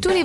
Tous les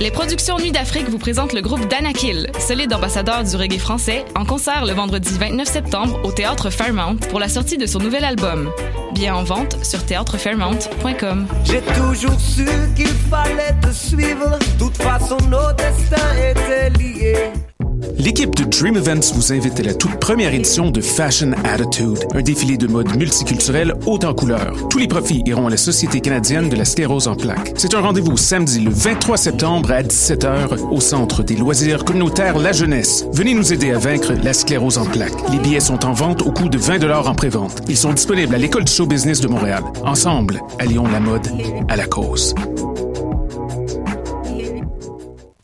Les productions Nuit d'Afrique vous présentent le groupe Danakil, solide ambassadeur du reggae français, en concert le vendredi 29 septembre au théâtre Fairmount pour la sortie de son nouvel album. Bien en vente sur théâtrefairmount.com. J'ai toujours su qu'il fallait te suivre, toute façon nos destins étaient liés. L'équipe de Dream Events vous invite à la toute première édition de Fashion Attitude, un défilé de mode multiculturel haute en couleurs. Tous les profits iront à la Société canadienne de la sclérose en plaques. C'est un rendez-vous samedi le 23 septembre à 17h au Centre des loisirs communautaires La Jeunesse. Venez nous aider à vaincre la sclérose en plaques. Les billets sont en vente au coût de 20 en prévente. Ils sont disponibles à l'École du show business de Montréal. Ensemble, allions la mode à la cause.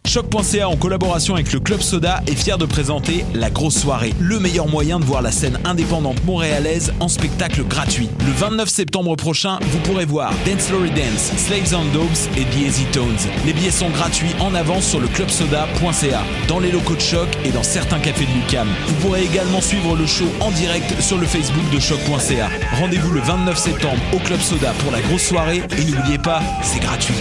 Choc.ca en collaboration avec le Club Soda est fier de présenter La Grosse Soirée, le meilleur moyen de voir la scène indépendante montréalaise en spectacle gratuit. Le 29 septembre prochain, vous pourrez voir Dance Lory Dance, Slaves on Dogs et The Easy Tones. Les billets sont gratuits en avance sur le clubsoda.ca, dans les locaux de Choc et dans certains cafés de Lucam. Vous pourrez également suivre le show en direct sur le Facebook de Choc.ca. Rendez-vous le 29 septembre au Club Soda pour La Grosse Soirée et n'oubliez pas, c'est gratuit.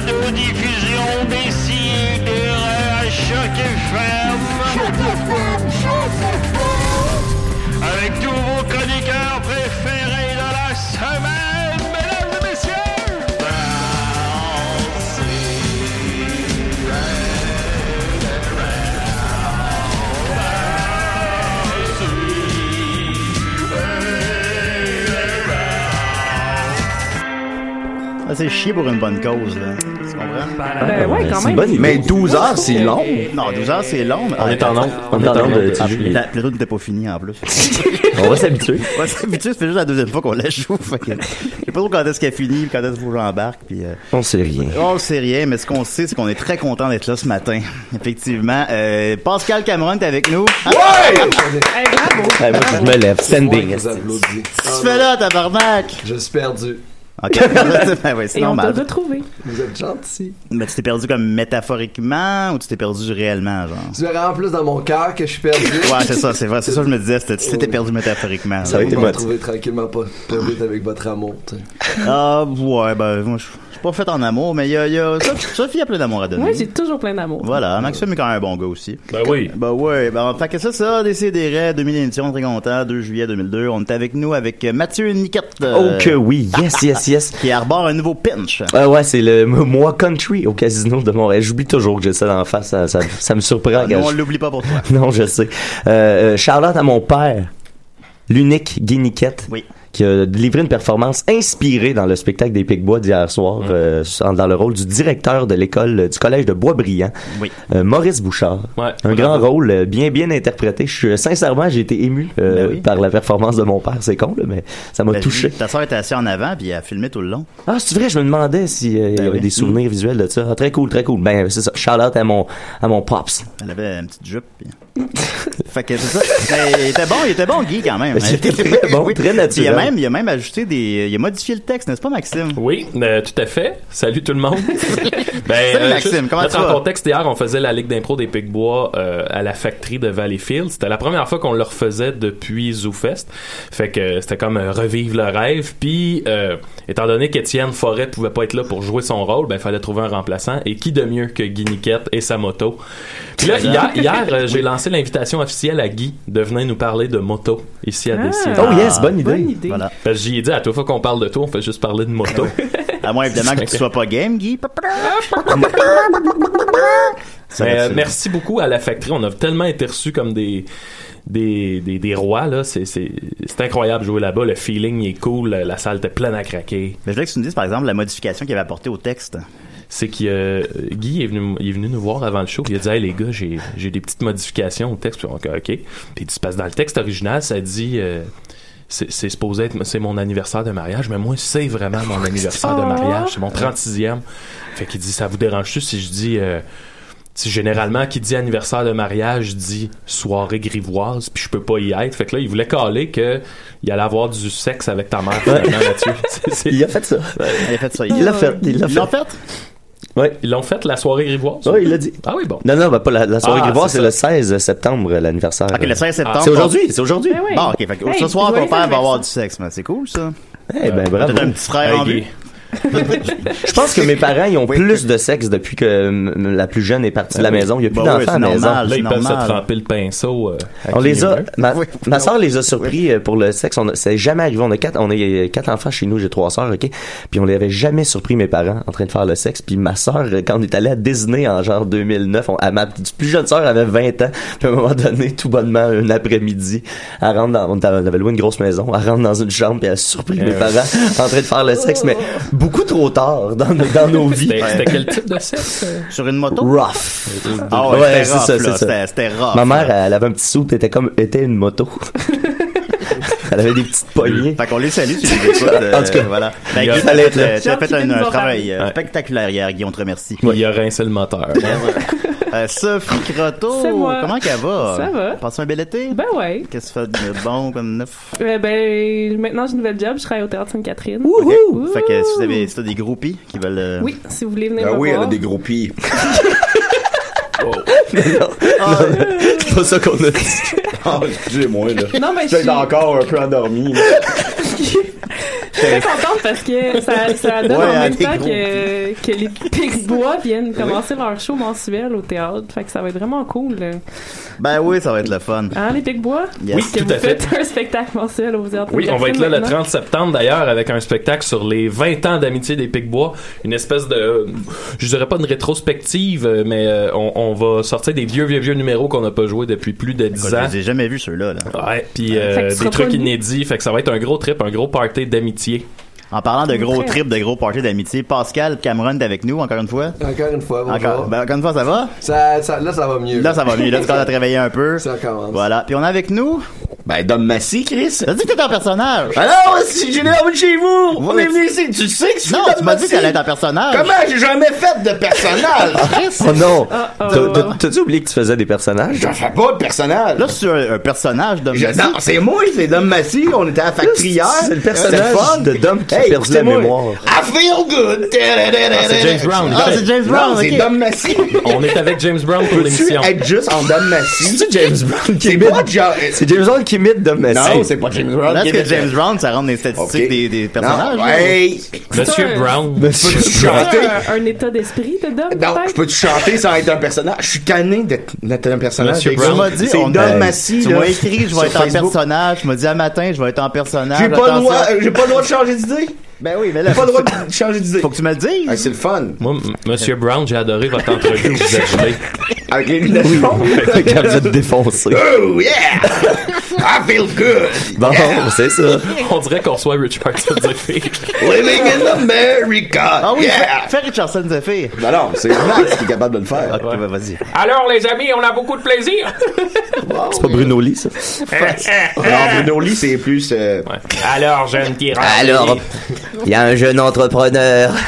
Balado-diffusion des sidérés à Choc FM. Avec tous vos chroniqueurs préférés de la semaine, mesdames et messieurs. Bah, Ah, c'est chier pour une bonne cause, là. Tu comprends? Ben ouais, quand C'est même. une bonne idée. Mais 12 heures, c'est long. Non, 12 heures, c'est long. Mais... On est en onde. On est en onde de Tiju. La plutôt n'était pas finie en plus. On va s'habituer. Ouais, c'est habitué, c'est juste la deuxième fois qu'on la joue. Fait que, je sais pas trop quand est-ce qu'elle finit, quand est-ce que vous embarque. Puis, euh, On sait rien. on le sait rien, mais ce qu'on sait, c'est qu'on est très content d'être là ce matin. Effectivement. Euh, Pascal Cameron, t'es avec nous. Ah, Hey, bravo. Ah, moi, je me lève. Standing. qu'est-ce que tu fais là, tabarnak? Je suis Ah, perdu. Ok, ben ouais, c'est Et on t'a normal. retrouvé. Vous êtes gentil. Mais tu t'es perdu comme métaphoriquement ou tu t'es perdu réellement, genre? C'est vraiment plus dans mon cœur que je suis perdu. Ouais, c'est ça, c'est vrai. C'est ça que je me disais. c'était- Tu t'étais perdu métaphoriquement. Ça va être Vous me émotif. trouvez tranquillement pas perdu avec votre amour. tu sais. Ah, ouais, ben, moi, je je suis pas fait en amour, mais il y a, il y a- Sophie, Sophie a plein d'amour à donner. Moi, j'ai toujours plein d'amour. Voilà, Maxime est quand même un bon gars aussi. Ben oui. Ben ouais, ben, fait que ça, ça, Décideret, 2000 émissions, très content, 2 juillet 2002. On était avec nous avec euh, Mathieu Niquette. Oh euh, que oui. Yes, yes, yes. Qui arbore un nouveau pinch. Ah ouais, c'est le moi country au casino de Montréal. J'oublie toujours que j'ai ça dans la face. Ça, ça, ça me surprend. Nous, Ah, on quand je- l'oublie pas pour toi. Non, je sais. Euh, euh, Charlotte à mon père, l'unique guéniquette, Oui. qui a livré une performance inspirée dans le spectacle des Picbois d'hier soir, Mm. euh, en- dans le rôle du directeur de l'école euh, du collège de Boisbriand, Oui. euh, Maurice Bouchard. Ouais. Un grand rôle, euh, bien bien interprété. Je suis- euh, sincèrement, j'ai été ému euh, Ben oui. par la performance de mon père. C'est con, là, mais ça m'a Ben, touché. Ta soeur était assise en avant, puis elle a filmé tout le long. Ah, c'est vrai, je me demandais s'il y Ben avait oui. des souvenirs visuels de ça. Ah, très cool, très cool. Ben, c'est ça. Charlotte à mon, à mon pops. Elle avait une petite jupe, puis Fait que c'est ça. Mais il était bon, il était bon, Guy, quand même. hein. C'était très bon, très Il a, naturel. même, il a même ajouté des. Il a modifié le texte, n'est-ce pas, Maxime? Oui, euh, tout à fait. Salut tout le monde. ben, Salut, Maxime, juste comment mettre tu vas? en contexte, hier, on faisait la Ligue d'impro des Picbois euh, à la factory de Valleyfield. C'était la première fois qu'on le refaisait depuis ZooFest. Fait que euh, c'était comme euh, revivre le rêve. Puis, euh, étant donné qu'Étienne Forêt pouvait pas être là pour jouer son rôle, ben, il fallait trouver un remplaçant. Et qui de mieux que Guy Niquette et sa moto? Puis là, hier, hier, euh, j'ai lancé l'invitation officielle à Guy de venir nous parler de moto ici à Ah. DC. Oh yes, bonne idée. Bonne idée. Voilà. Parce que j'y ai dit, à toute fois qu'on parle de toi, on fait juste parler de moto. À moins, évidemment, que tu sois pas game, Guy. Ça Mais, va, euh, tu- merci beaucoup à la factory. On a tellement été reçus comme des des, des, des rois là. C'est, c'est, c'est incroyable jouer là-bas. Le feeling il est cool. La, la salle était pleine à craquer. Mais je voulais que tu me dises, par exemple, la modification qu'il avait apportée au texte. C'est que euh, Guy est venu il est venu nous voir avant le show. puis Il a dit hey les gars j'ai, j'ai des petites modifications au texte. Puis on a dit, ok. Puis il dit parce que dans le texte original ça dit euh, c'est, c'est supposé être c'est mon anniversaire de mariage, mais moi c'est vraiment mon anniversaire de mariage, c'est mon 36e. Fait qu'il dit ça vous dérange-tu si je dis euh, Si généralement, qui dit anniversaire de mariage dit soirée grivoise, puis je peux pas y être. Fait que là, il voulait caler que il allait avoir du sexe avec ta mère, finalement, Mathieu. C'est- c'est- Il a fait ça. Elle a fait ça. Il l'a fait, il l'a Ils fait. l'ont fait? Ouais. Ils l'ont fait, la soirée grivoise? Ouais, il l'a dit. Ah oui, bon. Non, non, ben, pas la, la soirée Ah, grivoise, c'est c'est ça. le 16 septembre, euh, l'anniversaire. Ok, le 16 septembre. C'est aujourd'hui, c'est aujourd'hui. Ah, Ben oui. Bon, ok, fait que Hey, ce soir, tu dois ton aller faire père va avoir ça. du sexe, mais c'est cool, ça. Eh ben, bravo. Peut-être un petit frère en Hey, vue. Guy. Je pense que mes parents, ils ont Oui. plus de sexe depuis que euh, la plus jeune est partie de la maison. Il n'y a plus Ben Bah oui, d'enfants c'est à la maison. normal, Là, c'est ils peuvent se normal. tremper le pinceau. euh, à On qui les mieux a, mieux. ma, Oui. ma soeur les a surpris euh, pour le sexe. On a- c'est jamais arrivé. On a quatre, on est euh, quatre enfants chez nous. J'ai trois sœurs, ok. Puis on les avait jamais surpris mes parents en train de faire le sexe. Puis ma sœur, euh, quand on est allé à Disney en genre 2009, on, à ma petite- plus jeune sœur avait 20 ans. Puis à un moment donné, tout bonnement, un après-midi, elle rentre dans, on était- on avait loué une grosse maison. Elle rentre dans une chambre puis elle a Eh surpris mes parents en train de faire le sexe, mais beaucoup trop tard dans, nos- dans nos vies. C'était c'était quel type de sexe? euh? Sur une moto? Rough. Ah ouais, c'était rough, là, c'était- c'était rough, Ma mère, là. elle avait un petit soupe, était comme, était une moto. elle avait des petites poignées. Fait qu'on les salue, si les écoutes. En tout cas, voilà. Ben, il Guy, t'as fallait fait, être là. euh, t'as fait Jean-Philippe un, un Morin. travail euh, Ouais. spectaculaire hier, Guy, on te remercie. Il a rincé le moteur. Euh, Sophie Croteau, C'est moi. comment qu'elle va? Ça va. Passe un bel été? Ben ouais. Qu'est-ce que tu fais de bon comme neuf? Euh, ben, maintenant, j'ai une nouvelle job. Je travaille au Théâtre Sainte-Catherine. Ok. Ouh. Fait que si vous avez si t'as des groupies qui veulent... euh, Oui, si vous voulez venir Ah me oui, elle voir. a des groupies. Ah, C'est pas ça qu'on a dit. Ah, excusez-moi, là. Non, mais je suis encore un peu endormi. là. très contente parce que ça, ça donne Ouais, en elle a même des temps gros que, que les Pixbois viennent commencer leur show mensuel au théâtre. Fait que ça va être vraiment cool. là. Ben oui, ça va être le fun. Hein, les Picbois? Yes. Oui, Que tout vous à fait. faites un spectacle mensuel au théâtre Oui, on va être Sainte-Catherine là le maintenant. 30 septembre d'ailleurs avec un spectacle sur les 20 ans d'amitié des Picbois, une espèce de, euh, je dirais pas une rétrospective, euh, mais euh, on, on va sortir des vieux vieux vieux numéros qu'on n'a pas joué depuis plus de Écoute, 10 Je ans. les ai jamais vus, ceux-là. là. Ouais, puis euh, Fait que tu seras des trucs pas nu. inédits, fait que ça va être un gros trip, un gros party d'amitié. En parlant de gros Ouais. trips, de gros parties d'amitié, Pascal Cameron, t'es avec nous, encore une fois? Encore une fois, bonjour. Encore, ben, encore une fois, ça va? Ça, ça- là, ça va mieux. Là, ça va mieux. Là, tu commences à te réveiller un peu. Ça commence. Voilà. Puis on est avec nous. Ben, Dom Massy, Chris. T'as dit que t'étais en personnage. Alors, si j'ai dormi chez vous, on mais est tu- venu ici. Tu sais que c'est Non, Dom tu m'as dit que Massy. t'allais être en personnage. Comment j'ai jamais fait de personnage? Chris, Oh non! Ah, oh. T'as- t'as- T'as-tu oublié que tu faisais des personnages? j'en fais pas de personnage. Là, c'est un, un personnage de Je- non, c'est moi, c'est Dom Massy. On était à la factory hier. Ah, C'est euh, le personnage C'était fun. de Dom qui Hey, perd la écoutez-moi. mémoire. I feel good. c'est James Brown. Ah, c'est James Brown, Non, c'est ok. Dom Massy. On est avec James Brown pour Peux-tu l'émission. être juste en Dom Massy? C'est James Brown qui C'est imite. pas genre... C'est James Brown qui imite Dom Massy. Non, c'est pas James Brown. Là, est-ce qui que était- James Brown, ça rentre dans les statistiques Ok. des, des personnages? Non, là? hey! Ah, Monsieur Sir. Brown. Monsieur Peux-tu Brown. chanter? Un, un état d'esprit de Dom, Non, peut-être? je peux-tu chanter sans être un personnage? Je suis tanné d'être d'être un personnage. Monsieur C'est- Brown. Tu m'as dit, C'est on Dom a- Massy, Tu là, m'as écrit, je sur vais être en Facebook. personnage. Tu m'as dit un matin, je vais être en personnage. J'ai pas, le droit- Ah, attention. euh, j'ai pas le droit de changer d'idée? Ben oui, mais là, J'ai pas le droit de changer d'idée. faut que tu me le dises. Ah, c'est le fun. Moi, M- Monsieur Brown, j'ai adoré votre entrevue. Vous êtes gelé. Avec les lunettes Fait jaunes. qu'elle vient de défoncer. Oh yeah! I feel good! Bon, c'est ça. On dirait qu'on soit Richard Duffy. Living in America! Ah oui, yeah! fais, fais Richardson Zephyr. Non, non, c'est Max qui est capable de le faire. Ok, bah, vas-y. Alors, les amis, on a beaucoup de plaisir. C'est pas Bruno Lee, ça. Alors, Bruno Lee, c'est plus. euh, Alors, jeune tyran. Euh, Alors, il y a un jeune entrepreneur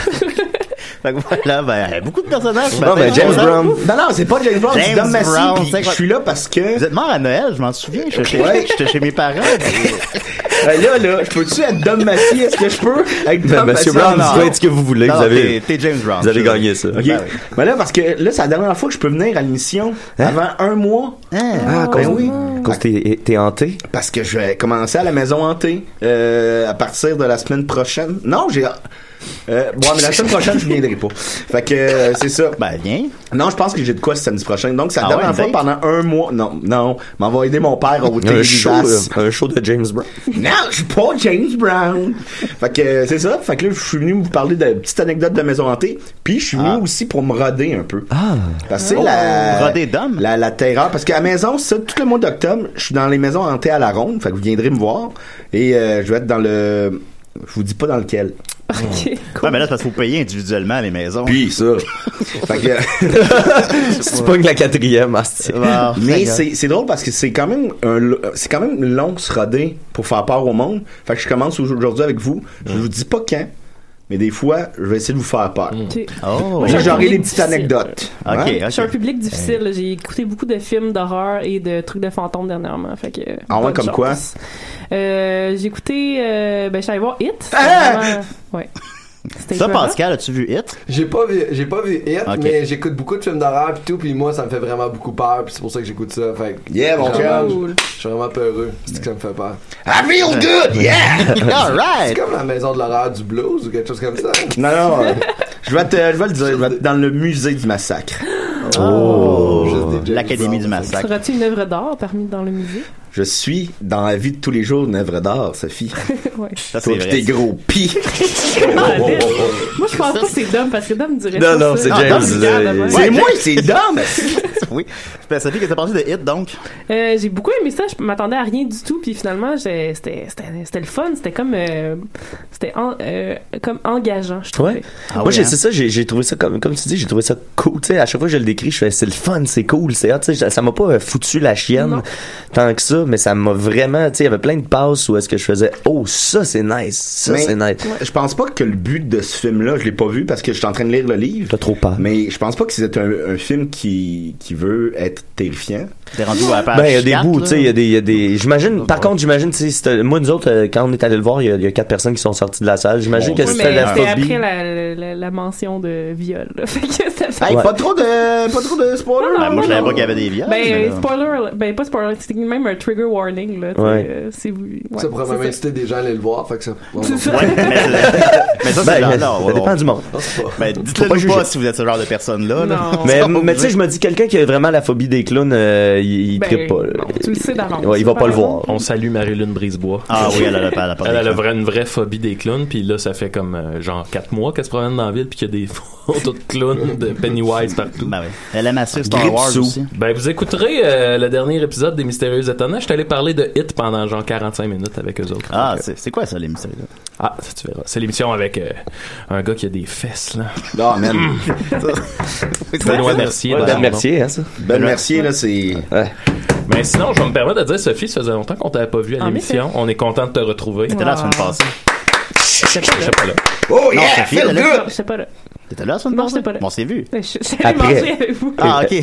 Fait que voilà, ben, beaucoup de personnages. ce Non, matin, ben, James on sent. Brown. Non, non, c'est pas James Brown, c'est Dom Massy, puis c'est quoi- je suis là parce que. Vous êtes mort à Noël, je m'en souviens. J'étais chez, Ouais. j'étais chez mes parents. Euh, là, là, je peux-tu être Dom Massy? Est-ce que je peux? Avec Ben, Dom Monsieur Massy, Brown, non. vous pouvez être ce que vous voulez. Non, vous avez, t'es- t'es James Brown. Vous avez Je- gagné ça. Ben oui. Ben là, parce que là, c'est la dernière fois que je peux venir à l'émission avant un mois. Ah, à cause- ben oui. à cause t'es t'es hanté. Parce que je vais commencer à la maison hantée euh, à partir de la semaine prochaine. Non, j'ai. Euh, bon, mais la semaine prochaine, je viendrai pas. Fait que euh, c'est ça. Ben, viens. Non, je pense que j'ai de quoi ce samedi prochain. Donc, ça Ah la dernière ouais, fois date? pendant un mois. Non, non. Mais on va aider mon père au Un show, télévisage. euh, un show de James Brown. Non, je suis pas James Brown. Fait que euh, c'est ça. Fait que là, je suis venu vous parler de petites anecdotes de maison hantée. Puis je suis venu aussi pour me roder un peu. Ah. Parce que c'est Ah. Oh. la Roder La, la terreur. Parce qu'à la maison, ça, tout le mois d'octobre, je suis dans les maisons hantées à la ronde. Fait que vous viendrez me voir et euh, je vais être dans le. Je vous dis pas dans lequel. Ouais, mais là, c'est parce qu'il faut payer individuellement les maisons. Puis ça. fait que. euh, C'est pas que la quatrième, ah, asti. Mais c'est c'est drôle parce que c'est quand même un lo- c'est quand même long se roder pour faire part au monde. Fait que je commence au- aujourd'hui avec vous. Je vous dis pas quand, mais des fois, je vais essayer de vous faire peur. Ok. Oh. Moi, j'ai un J'aurai public les petites difficile. anecdotes. hein? Je suis un public difficile. là. J'ai écouté beaucoup de films d'horreur et de trucs de fantômes dernièrement. Fait que, Ah ouais, bonne comme chance. quoi? Euh, J'ai écouté. euh, ben, je suis allée voir Hit. C'est Ah! vraiment- Ouais. C'était Ça, épeurant. Pascal, as-tu vu Hit? J'ai pas vu, j'ai pas vu Hit, Ok. mais j'écoute beaucoup de films d'horreur pis tout, pis moi ça me fait vraiment beaucoup peur, pis c'est pour ça que j'écoute ça. Fait que- Yeah, mon Vraiment, chum. je- Je suis vraiment peureux, c'est que ça me fait peur. I feel good, yeah! All C'est right! comme la maison de l'horreur du blues ou quelque chose comme ça. Non, non, euh, je vais te, je vais le dire, je vais être dans le musée du massacre. Oh. Oh! L'Académie du massacre. Seras-tu une œuvre d'art parmi dans le musée? Je suis dans la vie de tous les jours une œuvre d'art, Sophie. ouais. Ça, c'est tes gros pis. oh, Moi, je pense pas que c'est Dom, parce que Dom dirait Non, pas non, ça. c'est Ah, James, Dom, il regarde euh, de même. c'est moi, c'est Dom! oui. Ben, Sophie, qu'est-ce que t'as pensé de Hit, donc? Euh, j'ai beaucoup aimé ça, je m'attendais à rien du tout, puis finalement, j'ai- c'était c'était- c'était le fun, c'était comme, euh, c'était en- euh, comme engageant, je trouve. Ouais. Ah Moi, hein. j'ai- c'est ça, j'ai j'ai trouvé ça, comme, comme tu dis, j'ai trouvé ça cool. Tu sais, à chaque fois que je le décris, je fais, c'est le fun, c'est cool, c'est hot. Tu sais, ça- ça m'a pas euh, foutu la chienne tant que ça, mais ça m'a vraiment, tu sais, il y avait plein de passes où est-ce que je faisais, oh, ça, c'est nice, ça, Mais c'est nice. Je pense pas que le but de ce film-là, je l'ai pas vu parce que je suis en train de lire le livre. T'as trop peur. Mais je pense pas que c'est un, un film qui, qui veut être terrifiant. T'es rendu à la page Ben, il y a des quatre, bouts, là. tu sais, il y a des, il y a des, j'imagine, par contre, j'imagine, tu sais, c'était- moi, nous autres, euh, quand on est allé le voir, il y a- il y, a quatre personnes qui sont sorties de la salle. Oh. J'imagine que Oui, c'était mais la c'était phobie. après la, la- la mention de viol. là. Fait que ça fait- Hey, pas trop de, pas trop de spoilers. Non, non, moi, je savais non. pas qu'il y avait des viols. Ben, mais là- spoiler, ben pas spoiler, c'est même un trigger warning, là. tu sais, Ouais. euh, c'est- ouais, Ça pourrait même c'est ça. inciter des gens à aller le voir, fait que ça. C'est ça. Ouais, mais, mais ça, c'est Ben, genre, ça non, on- dépend du monde. Ben, dites-le Faut pas nous pas juger. si vous êtes ce genre de personne-là. là. Mais, mais tu sais, je me dis, quelqu'un qui a vraiment la phobie des clowns, euh, il, il Ben, trippe pas. là. tu le sais d'avance. Ouais, il va pas le voir. On salue Marilyn Brisebois. Ah oui, elle a la- elle a pas des Elle a clowns. vra- une vraie phobie des clowns, puis là, ça fait comme euh, genre 4 mois qu'elle se promène dans la ville, puis qu'il y a des photos de clowns de Pennywise partout. Elle aime assez Star Grippe Wars sous. aussi. Ben, vous écouterez euh, le dernier épisode des Mystérieux Étonnants. Je suis allé parler de Hit pendant genre 45 minutes avec eux autres. euh, Ah, c'est c'est quoi ça, les mystères? Ah, ça tu verras. C'est l'émission avec euh, un gars qui a des fesses, là. Ah, man. Benoît Mercier. Ouais, dans Ben son Mercier, nom. hein, ça. Ben Mercier, là, c'est. Mais sinon, je vais me permettre de dire, Sophie, ça faisait longtemps qu'on t'avait pas vu à En l'émission. effet. On est content de te retrouver. T'étais là la semaine passée. Je sais pas là. Oh, yeah, feel good! Je sais pas là. T'étais là la semaine Non, j'étais pas là. Bon, on s'est vu. Je suis allée Après. manger avec vous. Ah, ok.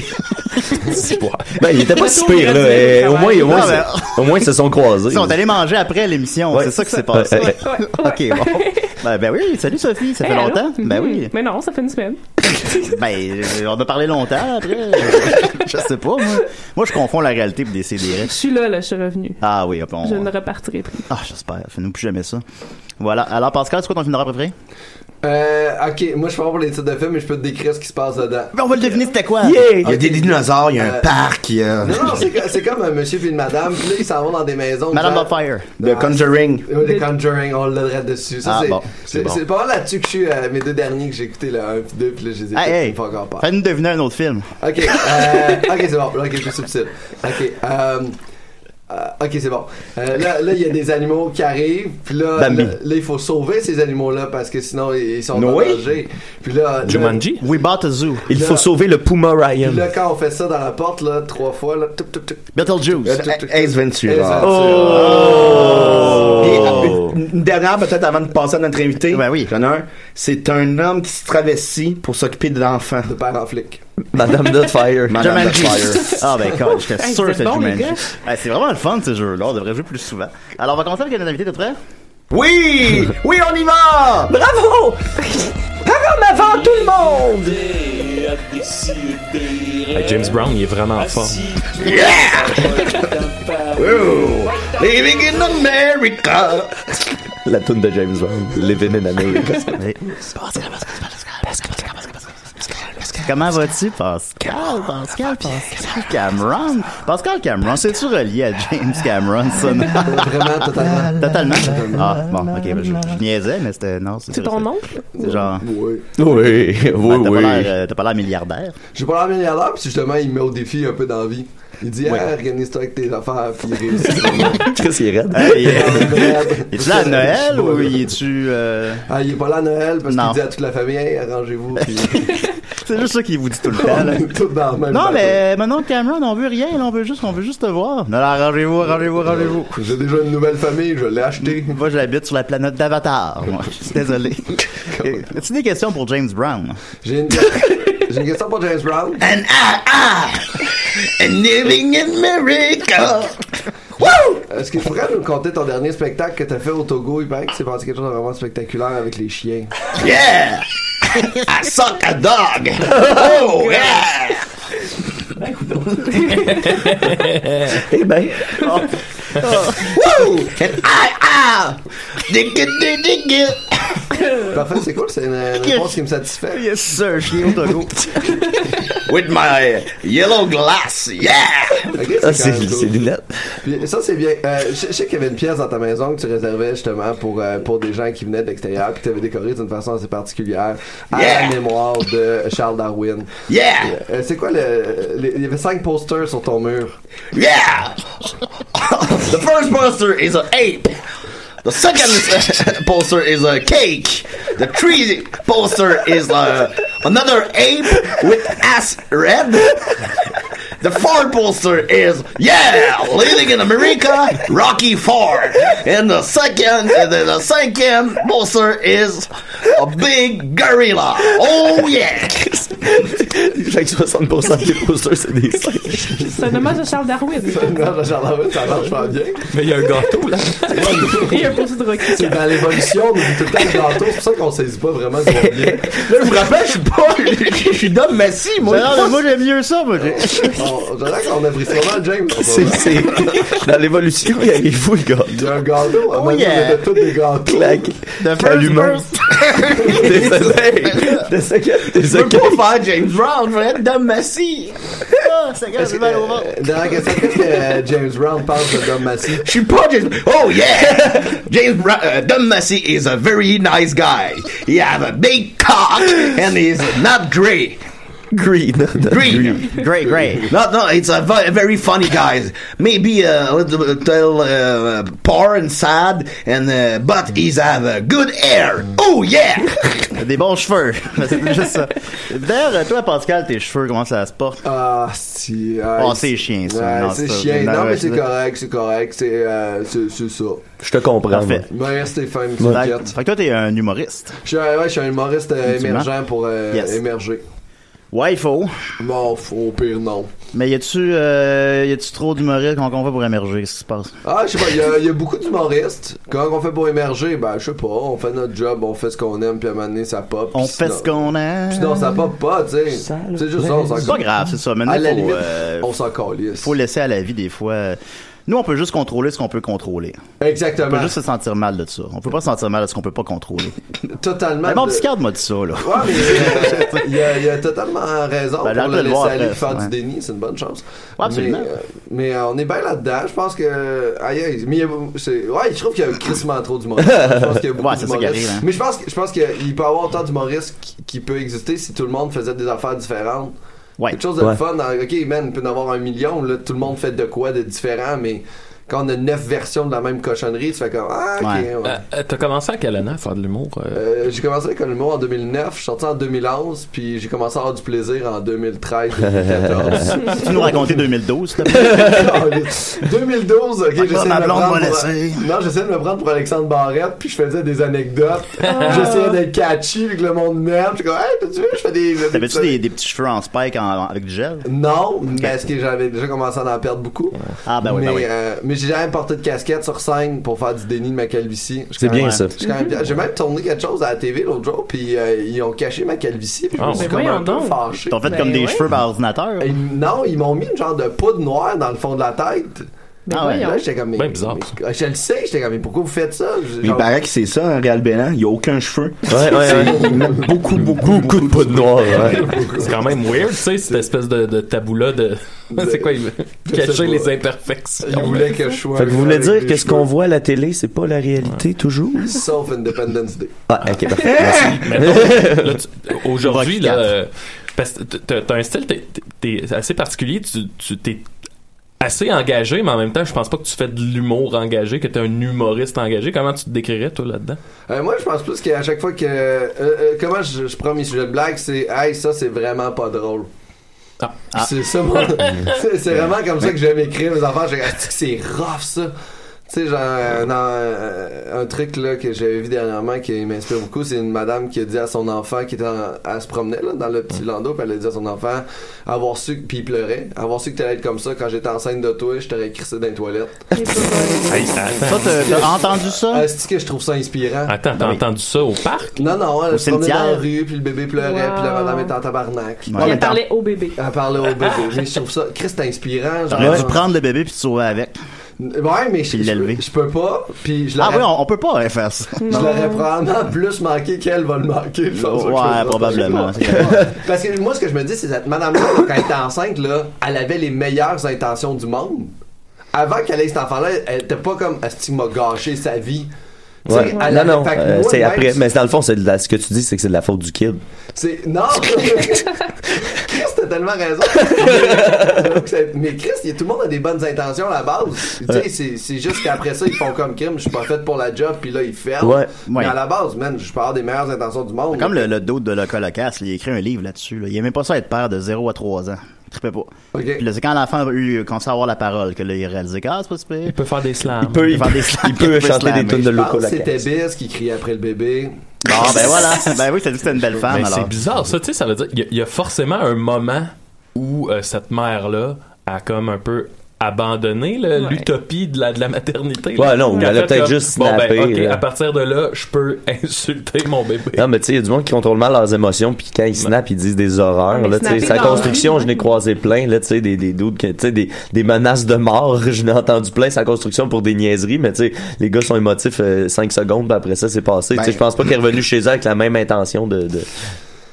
Ben, il était pas si pire, là. Eh, au moins, au moins, Non, mais- c'est- au moins, ils se sont croisés. Ils sont allés manger après l'émission, Ouais, c'est ça qui c'est s'est ça. passé. Ouais, ok, bon. Ben, ben oui, salut Sophie, ça fait Hey, allô? longtemps. Ben oui. Mais non, ça fait une semaine. Ben, euh, on a parlé longtemps après. je sais pas, moi. Moi, je confonds la réalité et des CDR. Je suis là, là, je suis revenu. Ah oui, hop, on... Je ne repartirai plus. Ah, j'espère. Fais-nous plus jamais ça. Voilà. Alors, Pascal, c'est quoi ton film d'horreur préféré? Euh, ok, moi je suis pas bon pour les titres de films, mais je peux te décrire ce qui se passe dedans. Ben, on va le deviner, c'était quoi? Il Ah, y a des dinosaures, il y a un Euh, parc, il y Non, a. non, c'est co- c'est comme un monsieur puis une madame, puis là, ils s'en vont dans des maisons. Madame genre- Doubtfire. Ah, The Conjuring. Ouais, The Conjuring, on l'adresse dessus. Ça, Ah, c'est bon, c'est- c'est bon. c'est pas mal là-dessus que je suis, euh, mes deux derniers que j'ai écoutés, là, un puis deux, puis là, je les ai Hey, écoutés, hey. pas encore peur. Fais-nous deviner un autre film. Ok, euh, ok, c'est bon. Ok, plus subtil. Ok, euh, euh, ok, c'est bon. Euh, là, là, il y a des animaux qui arrivent. Puis là, là, Bambi. là, il faut sauver ces animaux-là parce que sinon, ils ils sont en Noé? danger. Puis là, là- We bought a zoo. Il faut sauver le Puma Ryan. puis là, quand on fait ça dans la porte, là, trois fois, là, toup, toup, toup. Euh, Beetlejuice. Toup, toup, toup. Ace Ventura. Ace Ventura. Oh! Oh! Puis, euh, ah, une dernière peut-être avant de passer à notre invité. Ben oui. J'en ai un. C'est un homme qui se travestit pour s'occuper de l'enfant. De père en flic. Madame Dotfire. Madame Jumanji. Dotfire. Ah ben God, j'étais Hey, sûr vous que êtes c'était bons, les Jumanji. gars. Ah, c'est vraiment le fun ce jeu-là, on devrait jouer plus souvent. Alors on va commencer avec notre invité, t'es prêt? Oui! Oui, on y va! Bravo! Comme avant tout le monde! Hey, James Brown, il est vraiment fort. Whoa. Living in America. La toune de James Brown, Living in America. Comment vas-tu, Pascal? Pascal, Pascal Cameron? Pascal Cameron, c'est-tu relié à James Cameron, ça? non? Vraiment, totalement. Totalement? Ah, bon, ok, ben, je, je niaisais, mais c'était. Non, C'est ton oncle? C'est genre. Oui. Oui, oui, Ben, t'as oui. Pas l'air, euh, t'as pas l'air milliardaire. J'ai pas l'air milliardaire, puis justement, il me met au défi un peu d'envie. Il dit, Ouais. ah, organise-toi avec tes affaires, puis il réussit. vraiment. Chris, il est raide. Hey, euh, Es-tu là à Noël ou il est tu Ah, il est pas là à Noël parce Non. qu'il dit à toute la famille, hey, arrangez-vous. puis- C'est juste ça qu'il vous dit tout le temps, là. Tout dans le même Non, bateau. mais maintenant, Cameron, on veut rien, là, on veut juste, on veut juste te voir. Non, non, arrangez-vous, arrangez-vous, arrangez-vous. J'ai déjà une nouvelle famille, je l'ai achetée. Moi, je l'habite sur la planète d'Avatar, moi. Je suis désolé. Euh, As-tu des questions pour James Brown? J'ai une, j'ai une question pour James Brown. And I, And living in America. Est-ce que tu pourrais nous conter ton dernier spectacle que t'as fait au Togo? Il paraît que c'est passé quelque chose de vraiment spectaculaire avec les chiens. Yeah! I suck a dog! Oh, yeah! eh ben. Woo! And I, ah! Dig it, dig it, dig it. Parfait, c'est cool, c'est une, une réponse qui me satisfait. Yes, sir, chien au Togo. With my yellow glass, yeah! Ah, c'est- c'est lunettes. Puis ça, c'est bien. Euh, je, je sais qu'il y avait une pièce dans ta maison que tu réservais justement pour, euh, pour des gens qui venaient de l'extérieur, puis tu avais décoré d'une façon assez particulière à la mémoire de Charles Darwin. Yeah! Euh, c'est quoi le. les- Il y avait cinq posters sur ton mur. Yeah! the first poster is an ape. The second poster is a cake. The tree poster is uh, another ape with ass red. The fourth poster is yeah, living in America, Rocky Ford. And the second, and then the second poster is a big gorilla. Oh yeah! Fait que 60% des posters, c'est des singes. C'est un hommage à Charles Darwin. Non, Charles Darwin, ça marche pas bien. Mais il y a un gâteau, là. Et un post de Rocky. C'est dans l'évolution, on oublie tout le temps le gâteau, c'est pour ça qu'on saisit pas vraiment d'où on vient. Là, je vous rappelle, je suis pas. Je suis d'homme massif, moi. Non, mais moi, j'aime mieux ça, moi. j'ai- On- J'aimerais qu'on apprécie vraiment James. C'est, c'est... Dans l'évolution, il arrive fou, le gars. Il y a un gâteau, à Oh, yeah. tous des gâteaux. Clac. The first Allumant. verse. Désolé. Désolé. Je veux Désolé. pas faire James Brown, je veux être d'homme massif. Ah, c'est grave, j'ai mal au ventre. Euh, Dernière question, qu'est-ce que euh, James Brown pense de Dom Massy? Je suis pas James. Oh yeah! James Brown, uh, Dom Massey is a very nice guy. He have a big cock and he's not gray. Green. Green. Great, great. No, no, it's a ve- very funny guy. Maybe a little bit, uh, poor and sad, and uh, but he's have a good hair. Oh yeah! Des bons cheveux. C'est juste ça. D'ailleurs, toi, Pascal, tes cheveux, comment ça se porte? Ah, si. ah, Oh, c'est chiant, ça. Ouais, Non, c'est ça, chiant. non, Non, mais c'est ça. correct, c'est correct. C'est euh, c'est- c'est ça. Je te comprends. Parfait. moi. Merci, Stéphane, tu Fait t'inquiètes. fait que toi, t'es un humoriste. Je suis un- ouais, je suis un humoriste euh, Effectivement. émergent pour euh, Yes. émerger. Ouais, il faut. Bon, f- au pire, non. Mais y a-tu, euh, y a-tu trop d'humoristes qu'on qu'on fait pour émerger? Qu'est-ce qui se passe? Ah, je sais pas, il y a- il y, a beaucoup d'humoristes. Comment on fait pour émerger? Ben, je sais pas, on fait notre job, on fait ce qu'on aime, puis à un moment donné, ça pop. puis On fait sinon- ce qu'on aime. Puis non, ça pop pas, tu sais. C'est juste ça, on s'en C'est pas grave, c'est ça. Maintenant, À la faut, limite, euh, on s'en calisse. faut laisser à la vie des fois. euh, Nous, on peut juste contrôler ce qu'on peut contrôler. On peut Exactement. juste se sentir mal de ça. On peut pas se sentir mal de ce qu'on peut pas contrôler. Totalement. Mais mon de- psychiatre m'a dit ça, là. Ouais, mais euh, il y a, il y a totalement raison. pour Ben, l'arrêt le de le laisser voir aller après, faire ouais. du déni, c'est une bonne chance. Ouais, absolument. Mais, euh, mais, euh, on est bien là-dedans. Je pense que. Aïe, aïe, mais il y a- c'est- ouais, je trouve qu'il y a crissement trop d'humoristes. Je pense qu'il y a beaucoup Ouais, c'est ça qui d'humoristes. arrive, hein. Mais je pense, que- je pense qu'il peut y avoir autant d'humoristes qui, qui peut exister si tout le monde faisait des affaires différentes. Ouais. Quelque chose de Ouais. fun. dans- ok, man, il peut y en avoir un million. Là, tout le monde fait de quoi de différent, mais quand on a neuf versions de la même cochonnerie, tu fais comme Ah, ok. ouais. Euh, euh, T'as commencé à quelle année à faire de l'humour euh? Euh, j'ai commencé avec l'humour en 2009, je suis sorti en 2011, puis j'ai commencé à avoir du plaisir en 2013, 2014. tu nous racontais 2012, s'il te plaît. 2012, ok, j'essaie de, ma me blonde prendre m'a pour- Non, j'essayais de me prendre pour Alexandre Barrette, puis je faisais des anecdotes. j'essayais d'être catchy, puis que le monde m'aime. Je suis comme, hey, t'as-tu vu, je fais des. T'avais-tu des, des petits cheveux en spike en- avec du gel? Non, parce que j'avais déjà commencé à en perdre beaucoup. Ah, ben oui, mais, ben oui. euh, mais j'ai jamais porté de casquette sur scène pour faire du déni de ma calvitie. Je suis C'est quand même- bien, ça. je suis quand même- J'ai même tourné quelque chose à la TV l'autre jour, puis euh, ils ont caché ma calvitie, puis je Ah, me suis ben comme un voyons peu donc. fâché. T'as fait Ben comme des ouais. cheveux par ordinateur? Et non, ils m'ont mis une genre de poudre noire dans le fond de la tête. Ben Ah ouais. voyons. Là, j'étais comme, mais, Ben bizarre, mais- je le sais, j'étais comme, mais pourquoi vous faites ça? Je- Il genre- paraît que c'est ça, un Real Bélan. Il n'y a aucun cheveu. Ouais, ouais, ouais. Ils mettent beaucoup, beaucoup, beaucoup de poudre Oh, noire. C'est quand même weird, tu sais, cette espèce de, de tabou-là de. c'est quoi, il- sais cacher pas. les imperfections. Il voulait que je sois. Fait que vous voulez avec dire des que ce cheveux. qu'on voit à la télé, c'est pas la réalité toujours? Sauf Independence Day. Ah, ok, parfait. Merci. Mettons, là, tu- Aujourd'hui, là, Vote euh, parce que t- t'as t'as un style, t'es- t'es t'es assez particulier, tu, tu- t'es assez engagé, mais en même temps, je pense pas que tu fais de l'humour engagé, que t'es un humoriste engagé. Comment tu te décrirais, toi, là-dedans? Euh, moi, je pense plus qu'à chaque fois que. euh, euh, comment je, je prends mes sujets de blague, c'est Hey, ça, c'est vraiment pas drôle. C'est ça, moi. c'est c'est vraiment comme ça que j'aime écrire mes enfants. J'ai Est-ce que c'est rough, ça. Tu sais, genre, euh, dans, euh, un truc là, que j'avais vu dernièrement qui m'inspire beaucoup, c'est une madame qui a dit à son enfant, qui était en- elle se promenait là, dans le petit landau, puis elle a dit à son enfant, avoir su, puis il pleurait, avoir su que t'allais être comme ça quand j'étais enceinte de toi, je t'aurais crissé dans les toilettes. Ça, t'as- t'as entendu ça? Euh, c'est que je trouve ça inspirant. Attends, t'as entendu ça au parc? Non, non, Au Ah elle se promenait dans la cimetière. rue, puis le bébé pleurait, Wow. puis la madame était en tabarnak. Ouais, mais Elle t'en- parlait au bébé. Elle parlait au bébé. mais je trouve ça, Chris, c'est inspirant. genre- T'aurais dû prendre le bébé puis te sauver avec. Ouais, mais je, je, je peux pas, puis je Ah l'aurais- oui, on, on peut pas faire ça. Je l'aurais probablement plus manqué qu'elle va le manquer. je pense, Ouais, quelque chose comme ça. probablement, Je sais pas. Parce que moi, ce que je me dis, c'est que cette madame-là, quand elle était enceinte, là, elle avait les meilleures intentions du monde. Avant qu'elle ait cet enfant-là, elle était pas comme Asti m'a gâché sa vie. Tu sais, Ouais. elle Non, avait- non, fait que euh, moi, c'est même après. si- Mais dans le fond, c'est de la- ce que tu dis, c'est que c'est de la faute du kid. C'est. Non! Chris, t'as tellement raison! Donc, c'est- Mais Chris, il y a- tout le monde a des bonnes intentions à la base. Tu sais, Ouais. c'est- c'est juste qu'après ça, ils font comme crime, je suis pas fait pour la job, puis là, ils ferment. Ouais, Mais ouais. à la base, man, je peux avoir des meilleures intentions du monde. Comme le, le dos de l'Holocauste, il a écrit un livre là-dessus. Là. Il aimait pas ça être père de 0 à 3 ans. Il trippait pas. Puis là, c'est quand l'enfant a eu, commencé à avoir la parole que là, il a réalisé que, ah, c'est pas super. Il peut faire des slams. Il peut, faire des slams. il peut chanter des tunes de Je pense que L'Holocauste. C'était Biz qui criait après le bébé. Bon, ben voilà. Ben oui, t'as dit que c'était une belle femme, Mais alors. c'est bizarre, ça, tu sais, ça veut dire qu'il y a- il y, a forcément un moment où euh, cette mère-là a comme un peu abandonné là, Ouais. l'utopie de la, de la maternité. là. Ouais, Puis non, mais elle a fait peut-être comme, juste Bon, ben, snappé, ok, là. à partir de là, je peux insulter mon bébé. Non, mais tu sais, il y a du monde qui contrôle mal leurs émotions, puis quand ils snappent, ils disent des horreurs. Ah, mais Là, tu sais, snapper sa dans la construction, je n'ai croisé plein, là, tu sais, des, des doutes, que- tu sais, des, des menaces de mort, je n'ai entendu plein sa construction pour des niaiseries, mais tu sais, les gars sont émotifs 5 secondes, puis après ça, c'est passé. Ben. Tu sais, je pense pas qu'il est revenu chez eux avec la même intention de. de-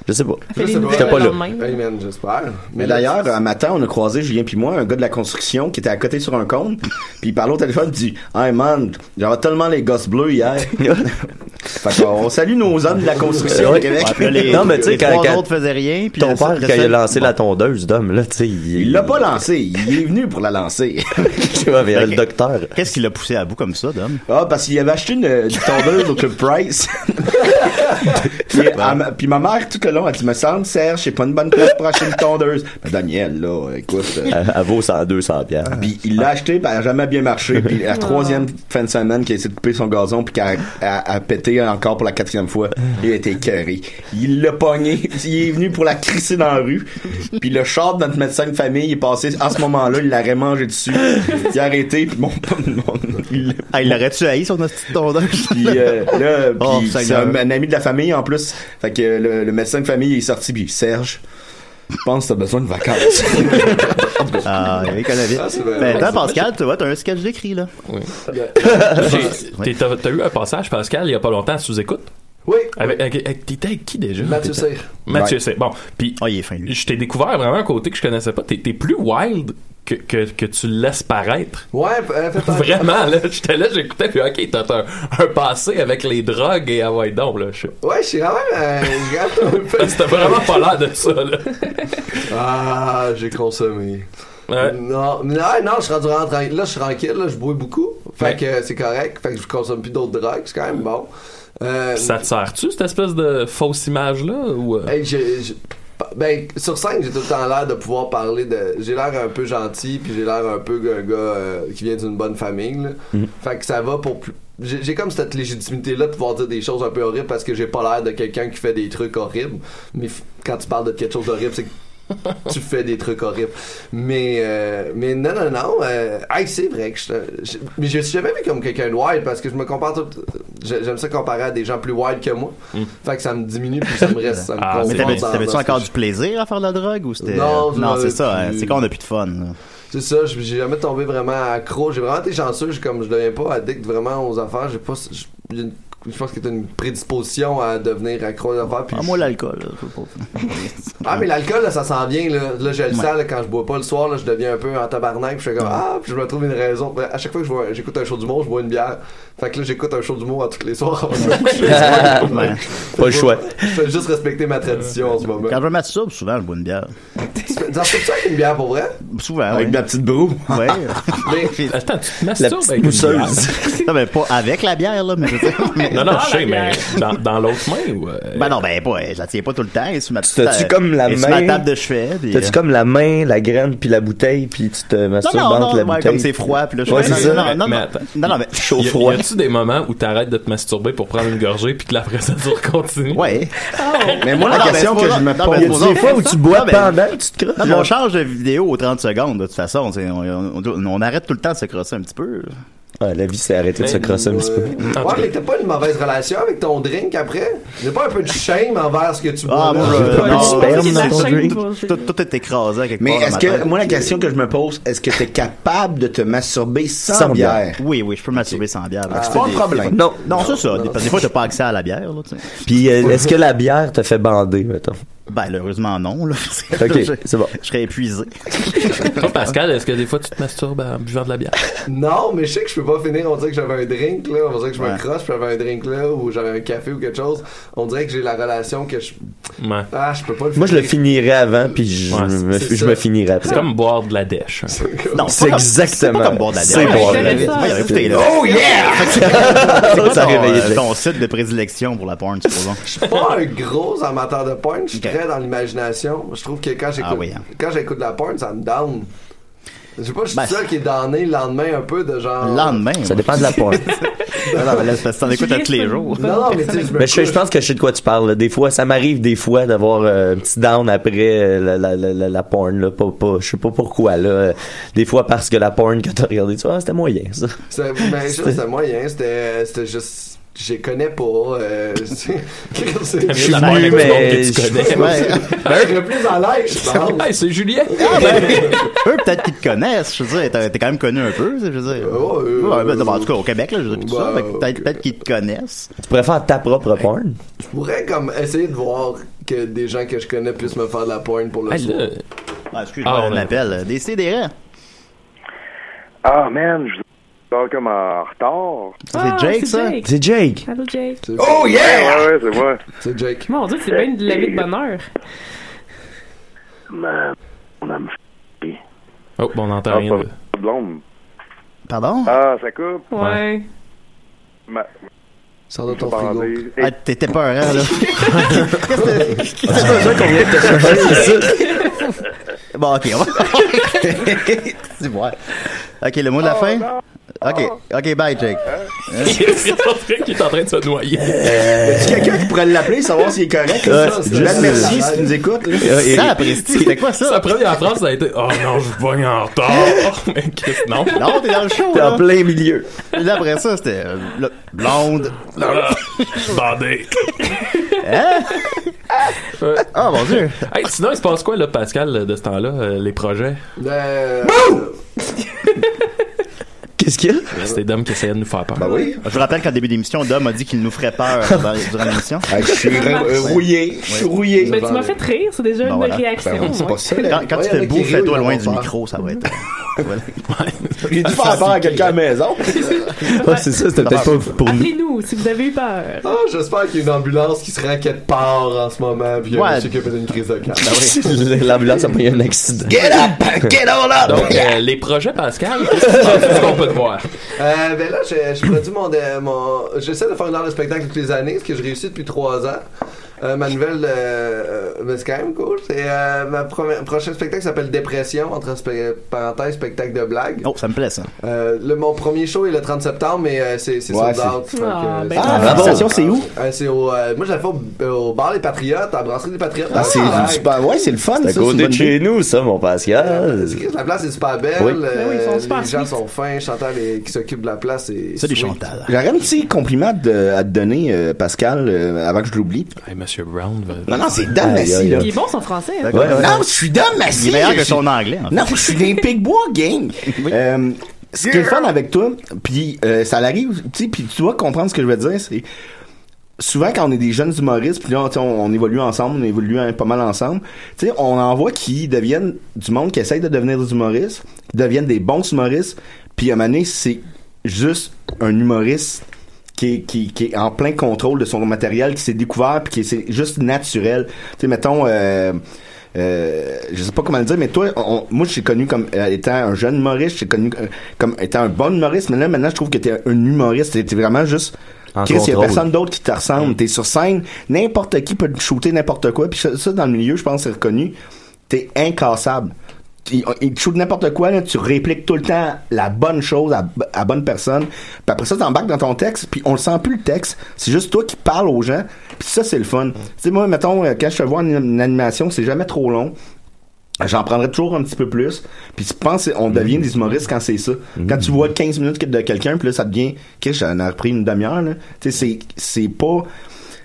Je sais pas. Je sais J'étais pas là. Hey, man, j'espère. Mais d'ailleurs, un matin, on a croisé Julien puis moi, un gars de la construction qui était à côté sur un cône, puis il parlait au téléphone, il dit Hey man, j'avais tellement les gosses bleus hier. fait qu'on on salue nos hommes de la construction Ouais. au Québec. Ouais, puis là, les- Non, mais tu sais, les quand- trois quand- autres faisaient rien, Ton père, quand il a lancé la tondeuse, Dom, là, tu sais, Il l'a pas lancé, il est venu pour la lancer. Tu vois, mais il y avait le docteur. Qu'est-ce qui l'a poussé à bout comme ça, Dom? Ah, parce qu'il avait acheté une, une tondeuse au Club Price. puis, elle m'a- puis ma mère, tout le long, elle dit, me semble, Serge, c'est pas une bonne place pour acheter une tondeuse. Mais Daniel, là, écoute. euh, Elle, elle vaut 100, 200 piastres. Puis il l'a acheté, puis elle a jamais bien marché. Puis la Wow. troisième fin de semaine qu'il a essayé de couper son gazon, puis qu'elle a, a- a pété encore pour la quatrième fois, il a été écœuré. Il l'a pogné, il est venu pour la crisser dans la rue. Puis le char de notre médecin de famille est passé, à ce moment-là, il l'aurait mangé dessus. Il a arrêté, puis mon... mon- il Ah, il l'aurait-tu haï, son petit tondeuse? puis euh, là, Oh, puis c'est Seigneur. un, un ami de la famille en plus. Fait que euh, le, le médecin de famille est sorti, puis Serge, je pense que t'as besoin de vacances. ah, il connaît bien. Ah, c'est vrai. Ben, attends, Pascal, tu vois, t'as un sketch d'écrit, là. Oui. J'ai- t'es- T'as t'as eu un passage, Pascal, il y a pas longtemps, sous-écoute? Oui. Avec, avec- avec- t'étais avec qui déjà? Mathieu T'étais- Cyr. Mathieu Ouais. Cyr. Bon, puis je t'ai découvert vraiment un côté que je connaissais pas. T'es t'es plus wild que, que, que tu le laisses paraître. Ouais, euh, faites attention. Vraiment, là, j'étais là, j'écoutais, puis ok, t'as un, un passé avec les drogues et Hawaii donc, là. je- Ouais, je suis quand même. euh, je garde un peu- C'était vraiment pas l'air de ça, là. Ah, j'ai consommé. Non, mais non, non, je suis rendu vraiment tranquille. Là, je suis tranquille, là, je bois beaucoup. Fait que euh, c'est correct. Fait que je consomme plus d'autres drogues, c'est quand même bon. Euh, Puis Ça te sert-tu, cette espèce de fausse image-là? Ou... euh? Hey, j'ai- j'ai- ben, sur scène, j'ai tout le temps l'air de pouvoir parler de. J'ai l'air un peu gentil, puis j'ai l'air un peu un gars euh, qui vient d'une bonne famille. là. Mm-hmm. Mhm. Fait que ça va pour plus. J'ai j'ai comme cette légitimité-là de pouvoir dire des choses un peu horribles parce que j'ai pas l'air de quelqu'un qui fait des trucs horribles. Mais f- quand tu parles de quelque chose d'horrible, c'est que tu fais des trucs horribles. Mais, euh, mais non, non, non. euh, hey, c'est vrai que je, je- Mais je suis jamais vu comme quelqu'un de wild parce que je me compare tout. je- J'aime ça comparer à des gens plus wild que moi. Fait que ça me diminue puis ça me reste. Ça me Hmm. Ah, mais conforte t'avais- dans- t'avais-tu dans- encore du plaisir à faire de la drogue ou c'était. Non, je- c'est ça. hein, je- C'est qu'on a plus de fun. là. C'est ça, j'ai j'ai jamais tombé vraiment accro. J'ai vraiment été chanceux. j'ai Comme je deviens pas addict vraiment aux affaires, j'ai pas. j'ai une- Je pense que t'as une prédisposition à devenir accro aux affaires. Puis Ah, je- moi, l'alcool, là, faut pas- Ah, mais l'alcool, là, ça s'en vient. Là, Là, je le Ouais. sens. là, quand je bois pas le soir, là, je deviens un peu en tabarnak. Puis je fais comme Ah, puis je me trouve une raison. Ben, à chaque fois que je vois- j'écoute un show d'humour, je bois une bière. Fait que là, j'écoute un show d'humour à tous les soirs. avant de me coucher. Ouais. Pas le choix. Je fais juste respecter ma tradition en ce moment. Quand je me masturbe, souvent, je bois une bière. Tu fais- T'en fais-tu avec une bière pour vrai? Souvent. Avec ma petite broue. Ouais. Attends, tu te La masturbes petite avec une mousseuse. bière? non, mais pas avec la bière, là, mais je veux dire- mais- Non, non, je sais, mais dans, dans l'autre main ou. euh, Ben non, ben pas, je la tiens pas tout le temps. Et sur ma petite, T'as-tu euh, comme la et main. sur ma table de chevet. puis, T'as-tu euh, comme la main, la graine, puis la bouteille, puis tu te masturbes non, entre la ouais, bouteille. euh, comme c'est froid, puis là, je Ouais, fais- c'est ça. non, non, non, mais non. attends. Non, non, mais chaud, y a- froid. Y a-tu des moments où t'arrêtes de te masturber pour prendre une gorgée puis que la présentation continue? Ouais. Mais moi, la non, question Oh. ben, c'est que pas je me grave. Non, pose- ben, Y a-tu c'est des pas fois grave. où tu bois Non, mais- pendant Ben, que tu te crosses, Non, mais genre? on change de vidéo aux 30 secondes, de toute façon. c'est- On, on- on- on arrête tout le temps de se crosser un petit peu. Ouais, la vie, c'est arrêter de se crosser un petit peu. Ouais, mais t'as pas une mauvaise relation avec ton drink après? J'ai pas un peu de shame envers ce que tu bois. Ah, là? moi, je- Pas non, de c'est shame, la non. shame, Tout, tout est écrasé à quelque Mais part dans est-ce ma que, tête. moi, la question que je me pose, est-ce que t'es capable de te masturber sans, bière? Oui, oui, je peux masturber sans bière. Ah, c'est pas un problème. Non, non, c'est ça. Des, parce que des fois, t'as pas accès à la bière. Là, tu sais. Puis euh, est-ce que la bière te fait bander, mettons? Ben, là, heureusement, non. Là, Ok, c'est bon. Je serais épuisé. Toi, Oh, Pascal, est-ce que des fois tu te masturbes ben, en buvant de la bière? Non, mais je sais que je peux pas finir. On dirait que j'avais un drink, là. On dirait que je Ouais. me crosse, puis j'avais un drink, là, ou j'avais un café ou quelque chose. On dirait que j'ai la relation que je. Ouais. Ah, je peux pas le Moi, je le finir. finirais avant, puis je, me, c'est je ça. me finirais après. C'est comme boire de la dèche. hein. Non, c'est exactement. C'est pas comme boire de la bière. C'est boire de Ouais, la bière. ouais, écoutez, là. Oh yeah! C'est quoi Ça ton, réveillait euh, de ton site de prédilection pour la porn, supposons? suis pas un gros amateur de porn, je suis très dans l'imagination. Je trouve que quand j'écoute Ah oui, hein. Ben, quand j'écoute de la porn, ça me down. Je sais pas, je suis le seul qui est donné le lendemain un peu de genre. Le lendemain? Ça dépend de la porn. Ah, non, non, mais là, c'est parce que t'en écoutes à tous les jours. Non, non, mais tu sais, je me Mais Ben, je, je couche. pense que je sais de quoi tu parles. là. Des fois, ça m'arrive des fois d'avoir euh, un petit down après euh, la, la, la, la- la porn. Là. Pas, pas, je sais pas pourquoi. Là. Des fois, parce que la porn que t'as regardée, tu vois, ah, c'était moyen, ça. C'était ben, juste, c'était moyen, c'était c'était juste. Je les connais pas. euh, c'est- mieux de la parler avec du monde que tu connais. Ouais. Je serais plus à l'aise, je pense. Hey, c'est Julien! Ah, Eux, peut-être qu'ils te connaissent. Je veux dire, t'as- t'es quand même connu un peu, je veux dire. Ouais, ben, en tout cas, au Québec, là, je veux dire, tout ça. fait que Peut-être peut-être qu'ils te connaissent. Tu pourrais faire ta propre porn. Je pourrais comme essayer de voir que des gens que je connais puissent me faire de la pointe pour le Hey, soir. là. Ah, excuse-moi, on appelle. euh, Des CDR. Ah, man, je vous parle comme en retard. Ah, Jake, c'est ça? Jake. C'est Jake. Allô, Jake. Oh, yeah! Ouais, ouais, c'est moi. C'est Jake. Mon Dieu, c'est bien une levée de bonheur. Ma- On a me f***er. Oh, bon, on n'entend Ah, rien. pas- là. pas de blonde. Pardon? Ah, ça coupe? Ouais. Ma... Sors de ton frigo. Ah, t'étais pas là. Qu'est-ce que c'est ça qu'on vient de te chercher? Bon, ok, on va. C'est moi. Ok, le mot de la Oh, fin? Ok, ok, bye, Jake. Hein? Hein? C'est ton truc qui est en train de se noyer. Est-ce quelqu'un qui pourrait l'appeler, savoir s'il est correct? Euh, Ouais, ça, c'est je juste- merci si tu nous écoutes. là. Sa première phrase, ça a été Oh non, je pogne en retard. Mais Chris, non. Non, t'es dans le show. T'es en là. plein milieu. Là, après ça, c'était euh, le- blonde. Ah, Bandé. Hein? Ah, mon Dieu. Hey, sinon, il se passe quoi, là, Pascal, de ce temps-là, euh, les projets? Euh, Qu'est-ce qu'il y a? C'était Dom qui essayait de nous faire peur. Bah oui. Je vous rappelle qu'en début d'émission, Dom a dit qu'il nous ferait peur dans- durant l'émission. Ah, je suis re- euh, rouillé, je suis rouillé. Mais tu m'as fait rire, c'est déjà Ben une voilà. réaction. Ben oui, c'est ouais. pas ça, là. Quand- quand tu Ouais, fais il y en a qui bouffer, rient, toi, ils loin vont du faire. micro, ça va être. J'ai dû faire peur à quelqu'un à la maison. Ouais, c'est ça, c'était peut-être pas pour nous. Appelez-nous si vous avez eu peur. Ah, j'espère qu'il y a une ambulance qui serait à quelque part en ce moment, puis il y a Ouais. un monsieur qui a fait une crise de cœur. L'ambulance a pris un accident. Donc, euh, les projets Pascal, qu'est-ce que tu penses qu'on peut te voir? Euh, ben là, je, je produis mon, euh, mon- J'essaie de faire une heure de spectacle toutes les années, ce que je réussis depuis trois ans. Euh, ma nouvelle, euh, euh, mais c'est quand même cool. C'est euh, ma première, prochain spectacle s'appelle Dépression entre spe- parenthèses spectacle de blague. Oh, ça me plaît, ça. Euh, le, mon premier show est le 30 septembre, mais euh, c'est c'est Ouais, sold out. c'est- Fait que, Ah, euh, ben, Ah, bravo. félicitations, c'est où? Euh, c'est au, euh, moi, j'avais fait au, au bar Les Patriotes, à la brasserie des Patriotes. Ah, c'est- Ouais. c'est pas- ouais, c'est le fun, C'est à ça, c'est une côté bonne de chez idée. nous, ça, mon Pascal. La place est super belle. Oui. euh, Ben oui, ils sont super les gens sont fins. Chantal est- qui s'occupe de la place. C'est Salut, sweet. Chantal. J'aurais un petit compliment de- à te donner, euh, Pascal, euh, avant que je l'oublie. Hey, Monsieur Brown va... Non, non, c'est Dan Massy, là. Il est bon son français. hein. Ouais, ouais. Non, je suis Dom Massy. Il est meilleur je que suis- son anglais, en fait. Non, je suis d'un Pigbois Gang. Euh, ce qui est le fun avec toi, puis euh, ça l'arrive, tu sais, puis tu dois comprendre ce que je veux dire, c'est souvent quand on est des jeunes humoristes, puis là, tu sais, on, on évolue ensemble, on évolue hein, pas mal ensemble, tu sais, on en voit qui deviennent du monde qui essaye de devenir des humoristes, qui deviennent des bons humoristes, puis à un moment donné, c'est juste un humoriste qui est, qui, qui est en plein contrôle de son matériel, qui s'est découvert, puis qui c'est juste naturel. Tu sais, mettons, euh, euh, je sais pas comment le dire, mais toi, on- moi, je t'ai connu comme euh, étant un jeune humoriste, je t'ai connu euh, comme étant un bon humoriste, mais là, maintenant, je trouve que t'es un humoriste, t'es t'es vraiment juste... En Chris, il y a contrôle. personne d'autre qui te ressemble. T'es sur scène, n'importe qui peut te shooter n'importe quoi. Puis ça, ça, dans le milieu, je pense, que c'est reconnu. T'es incassable. Ils ils te shootent n'importe quoi, là, tu répliques tout le temps la bonne chose à la bonne personne. Puis après ça, t'embarques dans ton texte, puis on le sent plus le texte. C'est juste toi qui parles aux gens. Puis ça, c'est le fun. Tu sais, moi, mettons, euh, quand je te vois en une animation, c'est jamais trop long. Ben, J'en prendrais toujours un petit peu plus. Puis je pense qu'on devient des humoristes quand c'est ça. Quand tu vois 15 minutes que- de quelqu'un, puis là, ça devient... Qu'est-ce que j'en ai repris une demi-heure, là? Tu sais, c'est- c'est pas...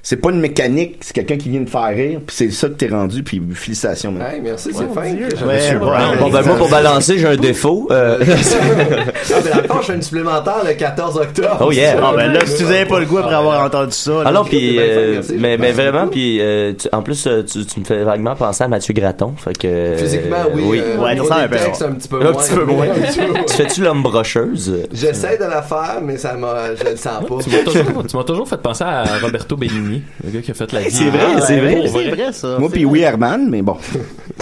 C'est pas une mécanique, c'est quelqu'un qui vient de faire rire, puis c'est ça que t'es rendu, puis félicitations. man. Hey, merci, c'est fin. Ouais, J'avais- ouais. Bon, ben, moi, pour balancer, j'ai un défaut. euh, Ah, mais dans le fond, je fais une supplémentaire le 14 octobre. Oh yeah. C'est ça, Ah, ben là, si tu avais pas le goût après avoir entendu ça. Ah non, puis, euh, merci. mais, mais vraiment, puis, euh, tu- en plus, euh, tu, tu me fais vaguement penser à Mathieu Graton. Fait que, Physiquement, oui, euh, Ouais, ça ressemble un peu. textes, un petit peu moins. tu fais-tu l'homme brocheuse? J'essaie de la faire, mais ça m'a, je le sens pas. Tu m'as toujours, tu m'as toujours fait penser à Roberto Benigni, le gars qui a fait la vie. C'est vrai, Ah, c'est ouais, vrai, pour ça. Moi, puis oui, Herman, mais bon.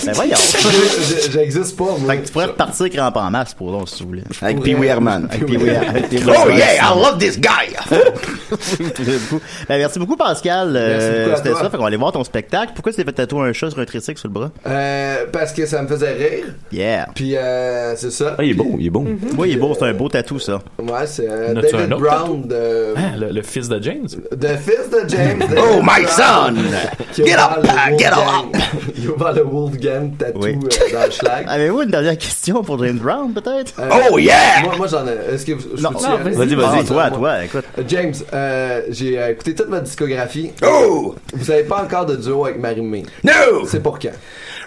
Ben voyons. J'existe pas, moi. Fait que tu pourrais repartir crampe en masse pour l'autre, si tu voulais. Avec Pee Wee Herman. Avec Pee Wee Herman. Oh yeah, I love this guy! beaucoup. Ben, merci beaucoup, Pascal. Merci Euh, beaucoup à C'était toi. ça. Fait qu'on va aller voir ton spectacle. Pourquoi tu t'es fait tatouer un chat sur un tricycle sur le bras? Euh, parce que ça me faisait rire. Yeah. Puis euh, c'est ça. Ah, Mm-hmm. il est beau, il est beau. Oui, il est beau. C'est un beau tatou, ça. Ouais, c'est euh, N'as-tu David un autre Brown de, Ah, Le, le fils de James. de fils de James. David Oh, my Brown, son! qui a Get ouvert up, le get Wolfgang- Il a ouvert le Wolfgang tattoo Oui. euh, dans le schlag. Avez-vous une dernière question pour James Brown, peut-être? Euh, Oh, Moi, moi j'en ai. Est-ce que vous- je Non, peux-tu non, y aller? Oh, vas-y, vas-y. Ah, Toi, moi. toi, écoute. Euh, James, euh, j'ai euh, écouté toute votre discographie. Oh! Vous avez pas encore de duo avec Marie-Mé. No! C'est pour quand?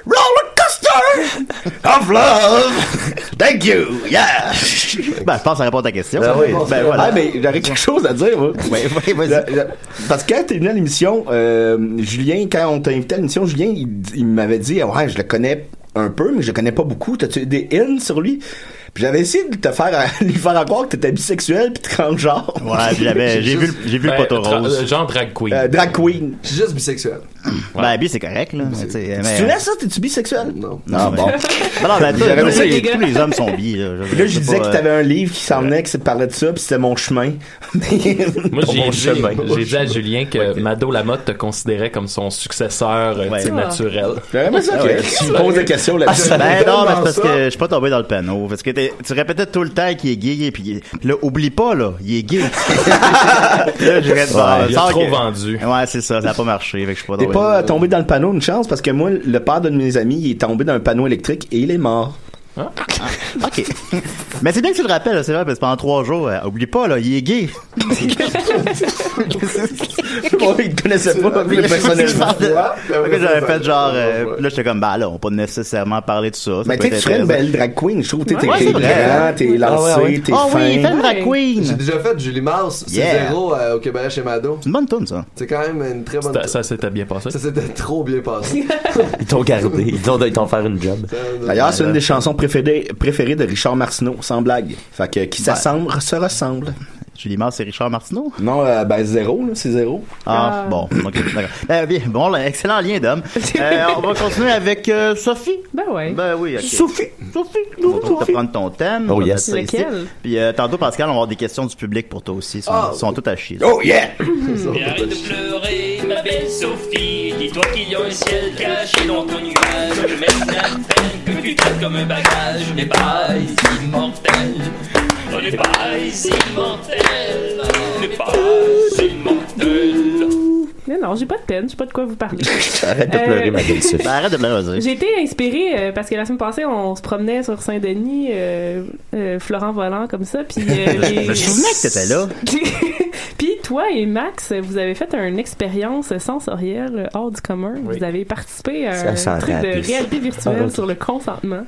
Roller coaster of love! Thank you, yeah! Ben, je pense que ça répond à ta question. Ben ça. oui. Ben, voilà. Ah, mais j'aurais quelque chose à dire, moi. Le- le- Parce que quand t'es venu à l'émission, euh, Julien, quand on t'a invité à l'émission, Julien, il, il m'avait dit, Ah ouais, je le connais un peu, mais je le connais pas beaucoup. T'as-tu des hints sur lui? Puis j'avais essayé de te faire, lui faire croire que t'étais bisexuel puis transgenre. Ouais, puis j'avais- j'ai vu le- j'ai vu le Ben, poteau tra- rose. euh, genre drag queen. Euh, drag queen. Je suis juste bisexuel. Ben, bi, c'est correct, là. Tu sais, mais- Tu laisses ça? T'es-tu bisexuel? Non, Ah, bon. Ben non, ben, tous- J'aurais tous, essayé. les, tous les hommes sont bi. Là, Puis là, je sais disais pas, que euh, t'avais un livre qui s'en venait, qui parlait de ça, puis c'était mon chemin. Moi, j'ai Mon dit, euh, chemin. j'ai dit à Julien que Mado Lamotte te considérait comme son successeur euh, tu sais, Ah. naturel. Vraiment ça, Ouais. que tu me poses des questions là-dessus. Ah, ben non, mais c'est parce que je suis pas tombé dans le panneau. Parce que t'es- tu répétais tout le temps qu'il est gay, et puis puis là, oublie pas, là, il est gay. là, je vais te Ouais, il a trop vendu. Ouais, c'est ça, ça n'a pas marché, fait que je suis pas T'es tombé. pas tombé dans le panneau, une chance, parce que moi, le père d'un de mes amis, il est tombé dans un panneau électrique et il est mort. Ah. OK. mais c'est bien que tu le rappelles, là, c'est vrai, parce que pendant trois jours, euh, oublie pas, là, il est gay. Bon, il te connaissait pas, mais personnellement. Fait que j'avais fait genre, euh, là, j'étais comme, bah là, on va pas nécessairement parler de ça. ça Mais peut Ben, tu sais, être tu serais une intéressant. belle drag queen, je trouve. T'es Ouais, t'es c'est vrai. grand, t'es Ah ouais, ouais. lancé, t'es Ah fin. oui, fais une drag queen. J'ai déjà fait Julie Mars, c'est Yeah. zéro euh, au Québec chez Mado. C'est une bonne tune, ça. C'est quand même une très bonne Ça, ça s'était bien passé. Ça s'était trop bien passé. Ils t'ont gardé. Ils t'ont, ils t'ont fait une job. D'ailleurs, c'est une des chansons préférées préféré, préféré de Richard Martineau, sans blague. Fait que qui s'assemble se ressemble. Julie Mars, c'est Richard Martineau? Non, euh, ben zéro, là, c'est zéro. Ah, bon, ok, d'accord. Eh bien, bon, là, excellent lien d'homme. Euh, on va continuer avec euh, Sophie. Ben oui. Ben oui, ok. Sophie, Sophie, On va te prendre ton thème. Oh, on va yes. te laisser. Lequel? Puis euh, tantôt, Pascal, on va avoir des questions du public pour toi aussi. Ils sont, Oh. ils sont toutes à chier. Oh, yeah! Ils Et arrête de pleurer, ma belle Sophie. Dis-toi qu'il y a un ciel caché dans ton nuage. Même la peine que tu traites comme un bagage n'est pas immortel. On n'est pas immortel. On n'est pas immortel. Mais non, j'ai pas de peine, je sais pas de quoi vous parlez. Arrête de Euh, pleurer, ma belle Sophie. Ben, arrête de pleurer, vas-y. J'ai été inspirée euh, parce que la semaine passée, on se promenait sur Saint-Denis, euh, euh, Florent Volant, comme ça. Puis, euh, Je les- me souvenais que t'étais là. puis toi et Max, vous avez fait une expérience sensorielle hors du commun. Vous avez participé à Ça un sent truc rapide. de réalité virtuelle Ah, ok. sur le consentement.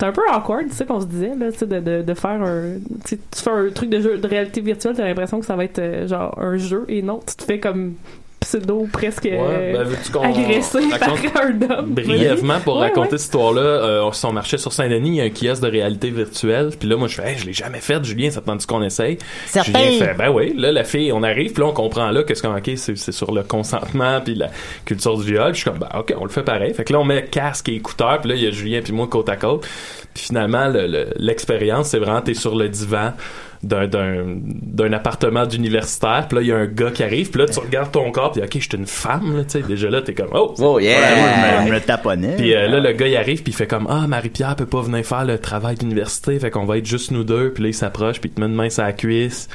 C'est un peu awkward, c'est ça qu'on se disait, là, tu sais, de, de, de faire un. Tu sais, tu fais un truc de jeu de réalité virtuelle, t'as l'impression que ça va être euh, genre un jeu et non, tu te fais comme pseudo presque Ouais, ben, euh, veux-tu qu'on agressé par raconte un homme. Brièvement, pour Ouais, raconter ouais. cette histoire-là, euh, on s'en marchait sur Saint-Denis, il y a un kiosque de réalité virtuelle. Puis là, moi, je fais, Hey, je l'ai jamais fait, Julien, ça te tente qu'on essaye. Certain. Julien fait, ben oui, là, la fille, on arrive, puis là, on comprend là que c'est comme, ok, c'est c'est sur le consentement, puis la culture du viol. Puis je suis comme, ben ok, on le fait pareil. Fait que là, on met casque et écouteurs, puis là, il y a Julien, puis moi, côte à côte. Puis finalement, le- le- l'expérience, c'est vraiment, t'es sur le divan d'un- d'un d'un appartement d'universitaire, puis là, il y a un gars qui arrive, puis là, tu regardes ton corps, puis ok, je suis une femme, là, tu sais, déjà là, t'es comme, oh, Oh, yeah. Ouais, je me- je me taponnais. puis euh, là, le gars, il arrive, puis il fait comme Ah, Marie-Pierre peut pas venir faire le travail d'université, fait qu'on va être juste nous deux. Puis là, il s'approche, puis il te met une main sur la cuisse.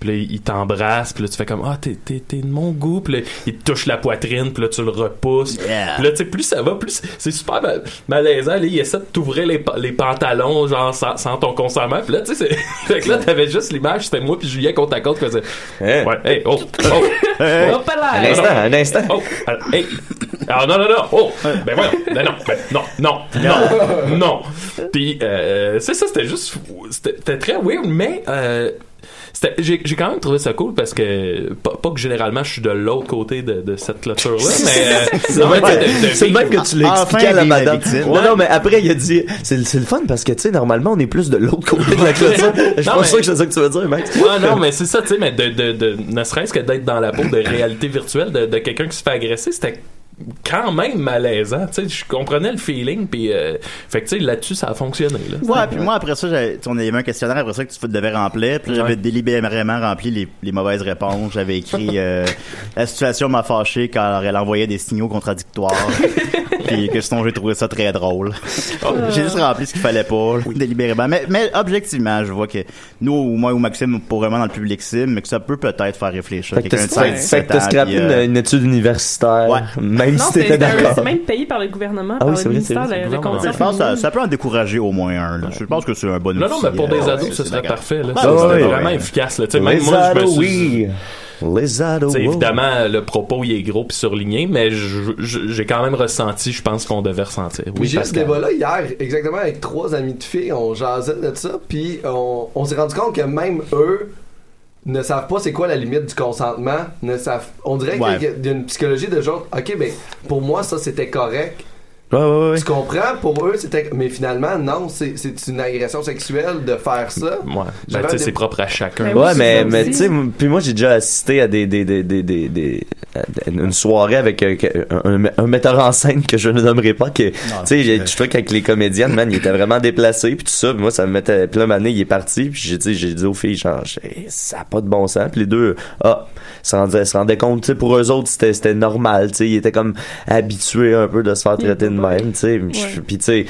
Puis là, il t'embrasse, puis là, tu fais comme Ah, t'es, t'es, t'es de mon goût. Puis là, il te touche la poitrine, puis là, tu le repousses. Yeah. Puis là, tu sais, plus ça va, plus c'est super mal- malaisant. Là, il essaie de t'ouvrir les, pa- les pantalons, genre, sans, sans ton consentement. Puis là, tu sais, c'est... fait que là, t'avais juste l'image, c'était moi, puis Julien, côte à côte, qui faisait Ouais, hey, oh, oh, oh. Hop là! Un instant, un instant. Oh, alors, hey. Ah non, non, non. Oh, ben voyons. Ben non, ben non, non, non, non. Puis, euh, c'est ça, c'était juste. C'était c'était très weird, mais. euh, c'était- J'ai j'ai quand même trouvé ça cool parce que pas, pas que généralement je suis de l'autre côté de, de cette clôture là, mais euh, C'est Non, vrai mais que- de- de c'est le même vivre- que tu l'as expliqué à la madame. Ouais, non, mais après, il a dit, c'est le- c'est le fun parce que, tu sais, normalement, on est plus de l'autre côté de la clôture. Je Non, pense mais- que c'est ça que tu veux dire, Max. Ouais, non, mais c'est ça, tu sais, mais de, de, de, ne serait-ce que d'être dans la peau de réalité virtuelle de, de quelqu'un qui se fait agresser, c'était quand même malaisant, tu sais, je comprenais le feeling, puis euh, fait que tu sais, là-dessus, ça a fonctionné, là. Ouais, puis moi, après ça, j'avais- tu sais, on avait un questionnaire après ça que tu devais remplir. Puis là, j'avais délibérément rempli les, les mauvaises réponses. J'avais écrit euh, La situation m'a fâché quand elle envoyait des signaux contradictoires. puis que sinon, j'ai trouvé ça très drôle. Oh. j'ai juste rempli ce qu'il fallait pas, délibérément. Mais, mais objectivement, je vois que nous, ou moi ou Maxime, pas vraiment dans le public sim, mais que ça peut peut-être faire réfléchir. Fait que t'as quelqu'un de 5, fait que t'as scrappé une, euh, une étude universitaire, même Non, si c'est t'étais un- d'accord. c'est même payé par le gouvernement, Ah par oui, le c'est vrai, c'est ministère vrai, Hein, de c'est la le gouvernement. Je pense que ça, ça peut en décourager au moins un. là. Je pense que c'est un bon Non, non, outil, mais pour euh, des ados, ouais, ce c'est serait d'accord. parfait, là. Ah, C'était ouais, vraiment ouais. efficace, là. Tu sais, Les même moi, je me ados, suis- oui. Les ados, Tu sais, wow. évidemment, le propos, il est gros puis surligné, mais je- je- j'ai quand même ressenti, je pense, qu'on devait ressentir. Oui, Oui, j'ai eu ce Pascal. débat-là hier, exactement avec trois amis de filles, on jasait de ça, puis on, on s'est rendu compte que même eux ne savent pas c'est quoi la limite du consentement, ne savent, on dirait Ouais. qu'il y a- il y a une psychologie de genre, ok, ben pour moi ça c'était correct, Ouais, ouais, ouais. tu comprends, pour eux c'était, mais finalement non, c'est c'est une agression sexuelle de faire ça. Ouais, J'avais ben, tu sais, un c'est dé- propre à chacun. ouais, mais, mais tu sais, m- puis moi, j'ai déjà assisté à des, des, des, des, des, des- à une soirée avec euh, que- un, un metteur en scène que je ne nommerai pas, que, tu sais, j'ai- je trouvais qu'avec les comédiennes, man, il était vraiment déplacé, puis tout ça, puis moi, ça me mettait plein mané, il est parti, puis j'ai dit, j'ai dit aux filles, genre, j'ai- ça n'a pas de bon sens, puis les deux, ah, se rendaient, se rendaient compte, tu sais, pour eux autres, c'était, c'était normal, tu sais, ils étaient comme habitués un peu de se faire traiter de même, tu sais, Ouais. puis tu sais,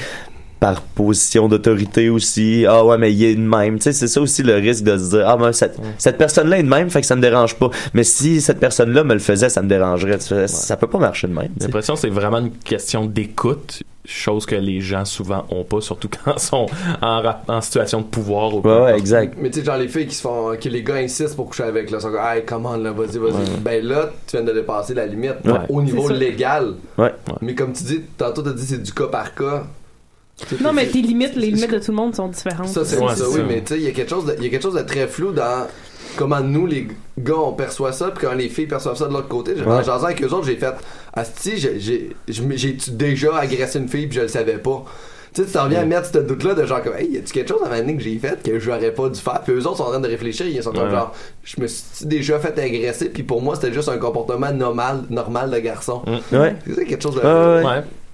par position d'autorité aussi. Ah ouais, mais il est de même. Tu sais, c'est ça aussi le risque de se dire, ah ben, cette, cette personne-là est de même, fait que ça me dérange pas. Mais si cette personne-là me le faisait, ça me dérangerait. Tu fais, Ça peut pas marcher de même. J'ai l'impression que c'est vraiment une question d'écoute, chose que les gens souvent ont pas, surtout quand ils sont en, rap- en situation de pouvoir. Ou peu importe. Mais tu sais, genre les filles qui se font, que les gars insistent pour coucher avec, là, sont comme, hey, commande, là, vas-y, vas-y. Ben là, tu viens de dépasser la limite Ouais. au niveau C'est ça. légal. Ouais. Mais comme tu dis, tantôt t'as dit c'est du cas par cas. Tu sais, Non, t'es- mais tes limites, les limites de tout le monde sont différentes. Ça, c'est ça, oui, mais tu sais, il y a quelque chose de- il y a quelque chose de très flou dans comment nous, les gars, on perçoit ça, puis quand les filles perçoivent ça de l'autre côté. J'ai- Ouais. En jasant avec eux autres, j'ai fait, Asti, j'ai- j'ai j'ai- j'ai-tu déjà agressé une fille, puis je le savais pas. Tu sais, tu t'en viens à mettre ce doute-là de genre comme, hey, y a-tu quelque chose à m'amener que j'ai fait que j'aurais pas dû faire? Puis eux autres sont en train de réfléchir, ils sont comme Ouais. genre, je me suis déjà fait agresser, puis pour moi, c'était juste un comportement normal, normal de garçon. Ouais. C'est quelque chose de. Mm.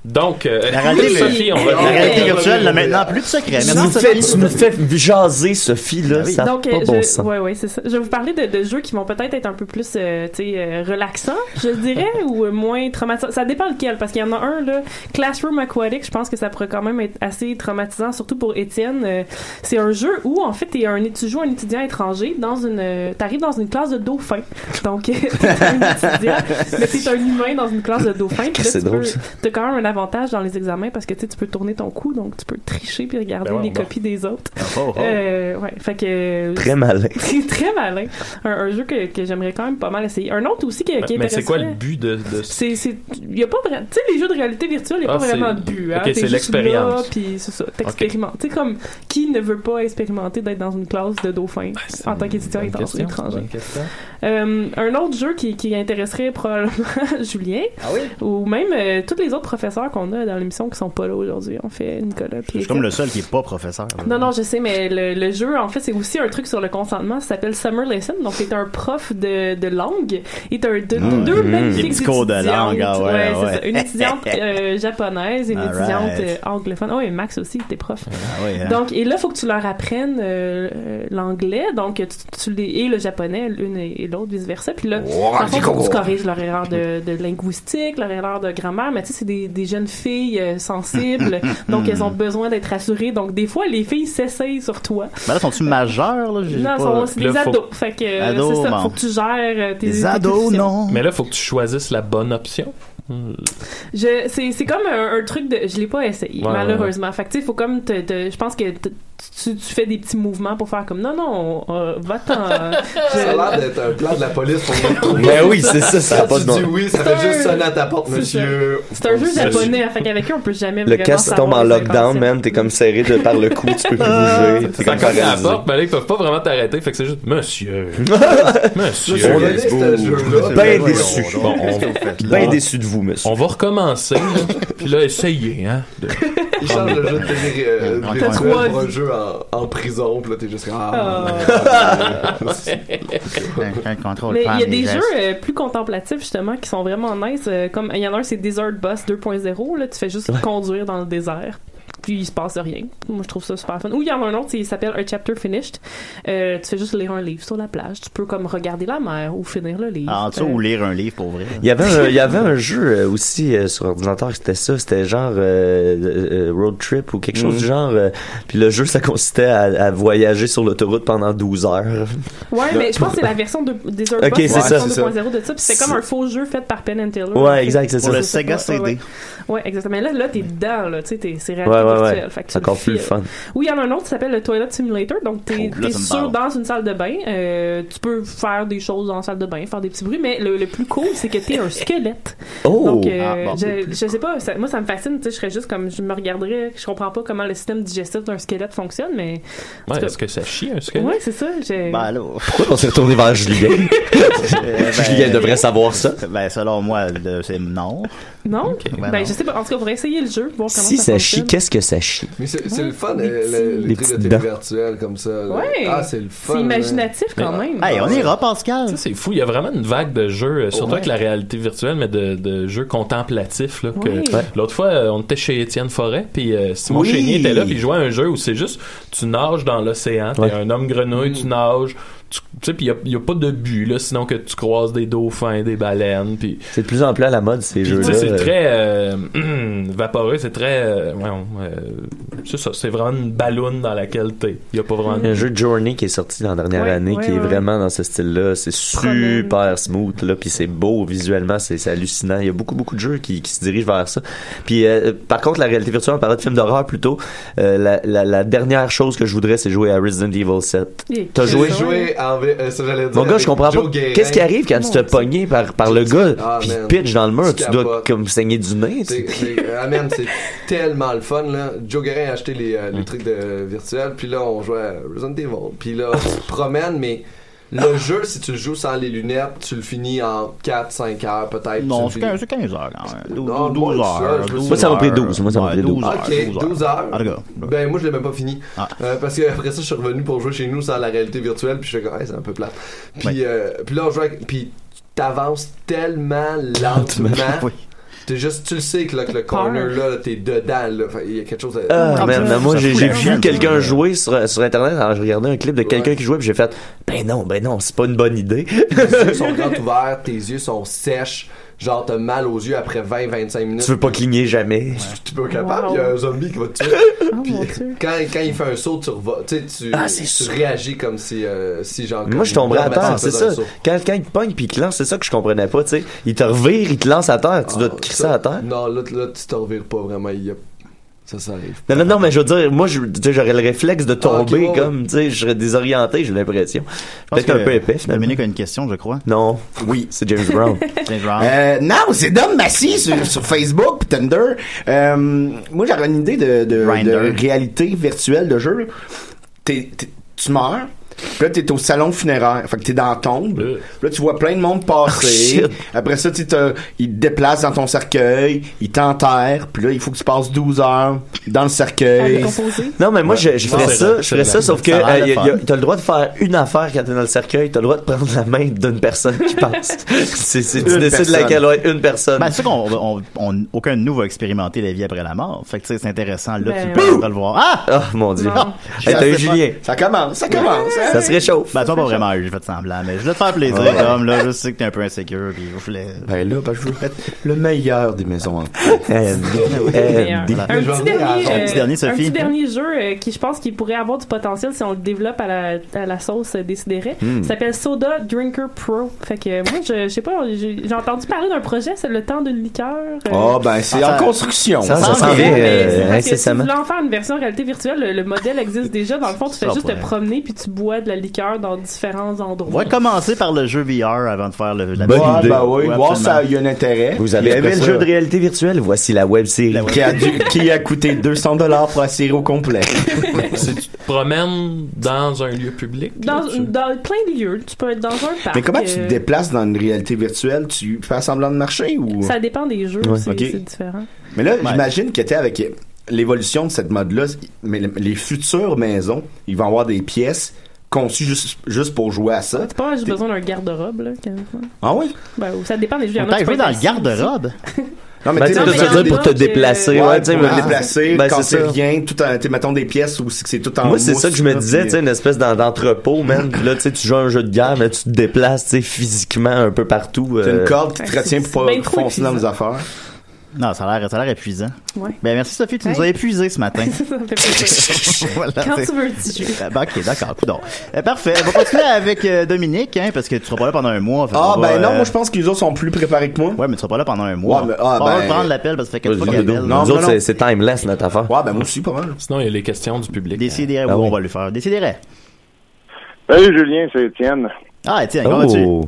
Donc, euh, La réalité- Sophie, on va la réalité virtuelle n'a maintenant plus de secret. Tu Merci, nous Sophie. fais, tu nous fais jaser, Sophie, Ah là. Ça n'a Donc, pas euh, bon je, sens. ouais, ouais, c'est ça. Je vais vous parler de, de jeux qui vont peut-être être un peu plus, euh, tu sais, euh, relaxants, je dirais, ou euh, moins traumatisants. Ça dépend lequel, parce qu'il y en a un, là, Classroom Aquatic, je pense que ça pourrait quand même être assez traumatisant, surtout pour Étienne. Euh, c'est un jeu où, en fait, t'es un, étu- tu joues un étudiant étranger dans une, euh, t'arrives dans une classe de dauphins. Donc, t'es un étudiant, mais t'es un humain dans une classe de dauphins. Puis là, C'est tu drôle, peux- ça. T'as quand même un avantage dans les examens parce que, tu sais, tu peux tourner ton cou, donc tu peux tricher puis regarder Ben ouais, les on va. copies des autres. Ah, Oh, oh. Euh, ouais, fait que... Très malin. C'est très malin. Un, un jeu que, que j'aimerais quand même pas mal essayer. Un autre aussi qui, qui Ben, Mais, mais c'est quoi intéresserait- le but de, de ce c'est, c'est, y a pas vraiment, tu sais, les jeux de réalité virtuelle, y a Ah, pas c'est- vraiment de but, hein. ok, T'es c'est juste l'expérience. là, puis c'est ça, t'expérimentes. Tu sais, comme, qui ne veut pas expérimenter d'être dans une classe de dauphins en tant qu'étudiant Ben, Bonne étranger? question, bonne étranger. question. Euh, un autre jeu qui, qui intéresserait probablement Julien, ou même euh, tous les autres professeurs qu'on a dans l'émission qui sont pas là aujourd'hui, en fait, Nicolas. puis Je suis comme le seul qui est pas professeur. non, non, je sais, mais le, le jeu, en fait, c'est aussi un truc sur le consentement. Ça s'appelle Summer Lesson. Donc, t'es un prof de, de langue et t'as un- deux, Mm. deux Mm. magnifiques Des petits cours de étudiantes. langue, ah ouais, c'est ouais. ça. Une étudiante euh, japonaise et une All étudiante right. euh, anglophone. Oh, et Max aussi, t'es prof. oui, hein. Donc, et là, faut que tu leur apprennes euh, euh, l'anglais, donc tu, tu les, et le japonais, l'une et, et l'autre, vice-versa. Puis là, Oh, dans le fond, c'est faut que cool. tu corriges leur erreur de, de linguistique, leur erreur de grammaire, mais tu sais, c'est des, des jeunes filles euh, sensibles, donc elles ont besoin d'être rassurées. Donc, des fois, les filles s'essayent sur toi. Ben là, sont-tu majeurs là J'ai Non, pas- sont- c'est des ados. Fait que euh, Ados, c'est ça, bon. faut que tu gères euh, tes Des tes ados, questions. Mais là, faut que tu choisisses la bonne option. Hmm. Je, c'est, c'est comme un, un truc de. Je l'ai pas essayé, Ouais, malheureusement. Fait que, tu sais, faut comme. Te, te- je pense que te- tu, tu fais des petits mouvements pour faire comme non, non, euh, va-t'en. Ça a l'air d'être un plan de la police pour nous retrouver. Ben oui, c'est ça, ça a pas de Tu dis nom. oui, ça C'est fait juste un- sonner à ta porte, c'est monsieur. C'est un jeu japonais, fait qu'avec eux, on peut jamais Le vraiment casque savoir tombe en les lockdown, inconséquences. man. T'es comme serré de par le cou, tu peux plus bouger. T'es Quand comme cogne à la paralysé. porte, ben là, ils peuvent pas vraiment t'arrêter. Fait que c'est juste Monsieur. Monsieur, Monsieur. On est beau. Ben déçu. Bon, on- Qu'est-ce que vous faites là? Ben déçu de vous, monsieur. On va recommencer. là. Puis là, essayez, hein. de- Il change le jeu de télé euh, T'as virtuel trois pour un jeu en, en prison, pis là t'es juste comme, ah. Quelqu'un contrôle Mais pas il y a mes des gestes. jeux euh, plus contemplatifs justement qui sont vraiment nice. euh, comme il y en a un c'est Desert Bus 2.0 là, tu fais juste conduire dans le désert. Puis il se passe rien. Moi je trouve ça super fun. Ou il y en a un autre, il s'appelle A Chapter Finished. Euh, tu fais juste lire un livre sur la plage. Tu peux comme regarder la mer ou finir le livre. Ah, en dessous, Euh, ou lire un livre pour vrai. Il y avait un, il y avait un jeu euh, aussi euh, sur ordinateur, c'était ça, c'était genre euh, euh, road trip ou quelque chose Mm. Mhm. du genre. euh, puis le jeu, ça consistait à, à voyager sur l'autoroute pendant 12 heures. Ouais, mais je pense que c'est la version de Desert Ok, Bus c'est ça. version 2.0 de ça. Puis C'est- c'était comme un faux jeu fait par Penn and Teller. Ouais, exact, c'est Pour ça. le Sega CD. Ouais, ouais, exactement. Mais là, là t'es dedans, là. Tu sais, t'es- c'est réalité Ouais, ouais, ouais. virtuelle. Fait que tu Encore le euh. plus files. fun. Oui, il y en a un autre qui s'appelle le Toilet Simulator. Donc, t'es Oh, là, t'es ça me sûr parle. dans une salle de bain. Euh, tu peux faire des choses dans la salle de bain, faire des petits bruits. Mais le, le plus cool, c'est que t'es un squelette. Oh! Donc, euh, Ah, bon. je, je sais pas. ça- moi, ça me fascine. Tu sais, je serais juste comme. Je me regarderais. Je comprends pas comment le système digestif d'un squelette fonctionne, mais. en tout Ouais, cas- est-ce que ça chie un squelette? Ouais, c'est ça. j'ai- Ben, Pourquoi on s'est retourné vers Julien? Julien devrait savoir ça. Ben, selon moi, le- c'est non. Non? Ben Ben, non. je sais pas. En tout cas, on pourrait essayer le jeu, voir comment Si ça ça fonctionne. chie, qu'est-ce que ça chie? Mais c'est c'est le fun, Les euh, petits- le- les les trucs de petites télé dents. virtuelle comme ça. là. Ouais. Ah, c'est le fun. C'est imaginatif quand Mais- même. Pascal! Ça, c'est fou. Il y a vraiment une vague de jeux, euh, surtout Ouais. avec la réalité virtuelle, mais de, de jeux contemplatifs. là, que- Ouais. Ouais. L'autre fois, euh, on était chez Étienne Forêt, puis euh, Simon Oui. Chénier était là, puis il jouait à un jeu où c'est juste, tu nages dans l'océan, t'es Ouais. un homme grenouille, Mm. tu nages, tu tu sais, puis il n'y a, pas de but, là, sinon que tu croises des dauphins, des baleines, puis... C'est de plus en plus à la mode, ces Puis, tu jeux-là. sais, c'est euh, très euh, vaporeux, c'est très. euh, voyons, euh, c'est ça, c'est vraiment une balloune dans laquelle t'es. Il n'y a pas vraiment. Mm. Un jeu Journey qui est sorti dans la dernière Mm. Ouais, année, ouais, qui est ouais. vraiment dans ce style-là. C'est super smooth, là, puis c'est beau visuellement, c'est c'est hallucinant. Il y a beaucoup, beaucoup de jeux qui, qui se dirigent vers ça. Puis, euh, par contre, la réalité virtuelle, on parlait de films d'horreur plus tôt. Euh, la, la- la dernière chose que je voudrais, c'est jouer à Resident Evil 7. T'as J'ai joué? en vrai- euh, ça, j'allais dire, Mon gars, avec je comprends Joe pas. Guérin. Qu'est-ce qui arrive quand tu te fais pogner par, par le gars, Ah, puis man. pitch dans le mur, Tu tu dois capotes. comme saigner du nez? tu- C'est- c'est- euh, Amen, c'est tellement le fun là. Joe Guérin a acheté les, euh, les trucs de virtuels, puis là on jouait à Resident Evil. Puis là, on se promène, mais Le jeu, si tu le joues sans les lunettes, tu le finis en 4-5 heures peut-être. Non, Tu c'est le finis- 15, 15 heures quand même. 12, Non, moi, heures. ça, je me 12 suis- Moi, ça m'a pris 12, moi, ça m'a Ouais, pris 12. heures, Ok, 12 heures. En tout cas, Ah. Ben moi je l'ai même pas fini Euh, parce que après ça je suis revenu pour jouer chez nous sans la réalité virtuelle puis je suis comme hey, c'est un peu plat. Puis euh, puis là on joue avec- puis t'avances tellement lentement. Oui. T'es juste tu le sais que là, que le peur. corner là t'es dedans là Fait, il y a quelque chose. à- Ah, man, mais moi, j'ai, j'ai vu quelqu'un Ouais. jouer sur, sur Internet. Alors, je regardais un clip de quelqu'un qui jouait, puis j'ai fait, ben non, ben non, c'est pas une bonne idée. Tes yeux sont grands ouverts, tes yeux sont sèches, genre t'as mal aux yeux après 20-25 minutes. tu veux pas cligner jamais. tu peux capable, il y a un zombie qui va te tuer. Puis, quand, quand il fait un saut, tu revas, tu, sais, tu, Ah, c'est tu sûr. réagis comme si, euh, si genre. Moi, je tomberais à comme- terre, c'est dans le ça. saut. Quand, quand il te pogne puis il te lance, c'est ça que je comprenais pas, tu sais. Il te revire, il te lance à terre, tu Ah, dois te crisser à terre. Non, là, là, tu te revires pas vraiment. il y a- Ça, ça arrive. Non, non, non, mais je veux dire, moi, je- tu sais, j'aurais le réflexe de Ah, tomber, ouais, ouais. comme, tu sais, je serais désorienté, j'ai l'impression. pense Peut-être un que peu épais, finalement. Dominique a une question, je crois. Non. Oui. C'est James Brown. James Brown. Euh, non, c'est Dom Massy sur, sur Facebook, puis Tinder. Euh, moi, j'aurais une idée de, de- Grindr. de réalité virtuelle de jeu. T'es- t'es- tu meurs. Puis là, t'es au salon funéraire. Fait que t'es dans la tombe. Puis Là, tu vois plein de monde passer. Euh. Oh, shit. Après ça, tu te, ils te déplacent dans ton cercueil. Ils t'enterrent. Puis là, il faut que tu passes 12 heures dans le cercueil. Non, mais moi, Ouais. je, je Non, ferais c'est ça, vrai, je c'est ferais vrai. ça, sauf que Ça a l'air euh, y a- le y a- fun. t'as le droit de faire une affaire quand t'es dans le cercueil, t'as le droit de prendre la main d'une personne qui passe. c'est, c'est, tu Une décides personne. laquelle va être une personne. Ben, c'est sûr qu'on, on, on- aucun de nous va expérimenter la vie après la mort. Fait que, tu sais, c'est intéressant. Là, Ben, tu peux ouais. pas le voir. Ah! Ah, mon Dieu. Non. Hey, t'as eu Julien. Ça commence, ça commence. hein. Ça se réchauffe. Ben, toi, pas vraiment, j'ai fait semblant, mais je voulais te faire plaisir, Ouais. Dom, là. Je sais que t'es un peu insécure, puis je voulais. Ben là, ben, je veux mettre le meilleur des maisons. Euh, euh, un, Ben, petit dernier, euh, un petit dernier jeu euh, qui, je pense, qu'il pourrait avoir du potentiel si on le développe à la, à la sauce euh, décidérée. Hmm. Ça s'appelle Soda Drinker Pro. Fait que euh, moi, je, je sais pas, j'ai j'ai entendu parler d'un projet, c'est le temps d'une liqueur. euh, Oh, ben, c'est en construction. Ça, ça s'en vient Mais euh, c'est parce que si tu incessamment. voulais en faire une version réalité virtuelle, le, le modèle existe déjà. Dans le fond, tu fais Ça juste te pourrait. promener puis tu bois de la liqueur dans différents endroits. On va commencer par le jeu VR avant de faire le, la Bonne Ouais, idée. ben oui, Ouais, voir absolument. ça, il y a un intérêt. Vous avez aimé le jeu de ré- réalité virtuelle? Voici la web série. Qui a, dû- qui a coûté 200 dollars pour la série au complet. Si tu te promènes dans un lieu public, Dans, dans plein de lieux, tu peux être dans un parc. Mais comment tu te euh, déplaces dans une réalité virtuelle? Tu fais semblant de marcher ou? Ça dépend des jeux, Ouais. c'est Ok. c'est différent. Mais là, j'imagine que t'es avec l'évolution de cette mode-là, mais le- les futures maisons, ils vont avoir des pièces conçues juste, juste pour jouer à ça. Pas j'ai besoin d'un garde-robe, là, carrément. Ah oui? Ben, ou ça dépend des jeux. Il y en a Autant qui jouer peuvent dans le être garde-robe. Non, Ben, t'sais, tu sais, mettons, ça veut dire pour te euh, déplacer, ouais, t'sais, pour mais- te déplacer, Ben, quand c'est c'est ça. rien, tout en, t'sais, mettons des pièces où c'est que c'est tout en Moi, c'est mousse, ça que je me là, disais, puis- euh, tu sais, une espèce d'en- d'entrepôt, man. Puis Là, tu sais, tu joues à un jeu de guerre, mais tu te déplaces, tu sais, physiquement un peu partout. T'as euh, une corde qui te retient pour pas bien trop foncer dans les épuisant. affaires. Non, ça a l'air, ça a l'air épuisant. Ouais. Ben, merci Sophie, tu nous Hey. as épuisés ce matin. Ça me fait plaisir. Voilà, Quand c'est- tu veux, tu joues. Ben, ok, d'accord, coudonc. Euh, parfait. On va continuer avec euh, Dominique, hein, parce que tu seras pas là pendant un mois. Ah, ben non, moi, je pense que les autres sont plus préparés que moi. euh, Ouais, mais tu seras pas là pendant un mois. Ouais, mais- ah, on va ben- prendre l'appel parce que ça fait quatre fois qu'elle appelle. Nous autres, c'est- c'est timeless, notre affaire. Ouais, ben moi aussi, pas mal. Sinon, il y a les questions du public. Décidérez, Ah oui, oui. on va lui faire. Décidérez. Salut Julien, c'est Étienne. Ah, Étienne, Oh. comment vas-tu? Oh.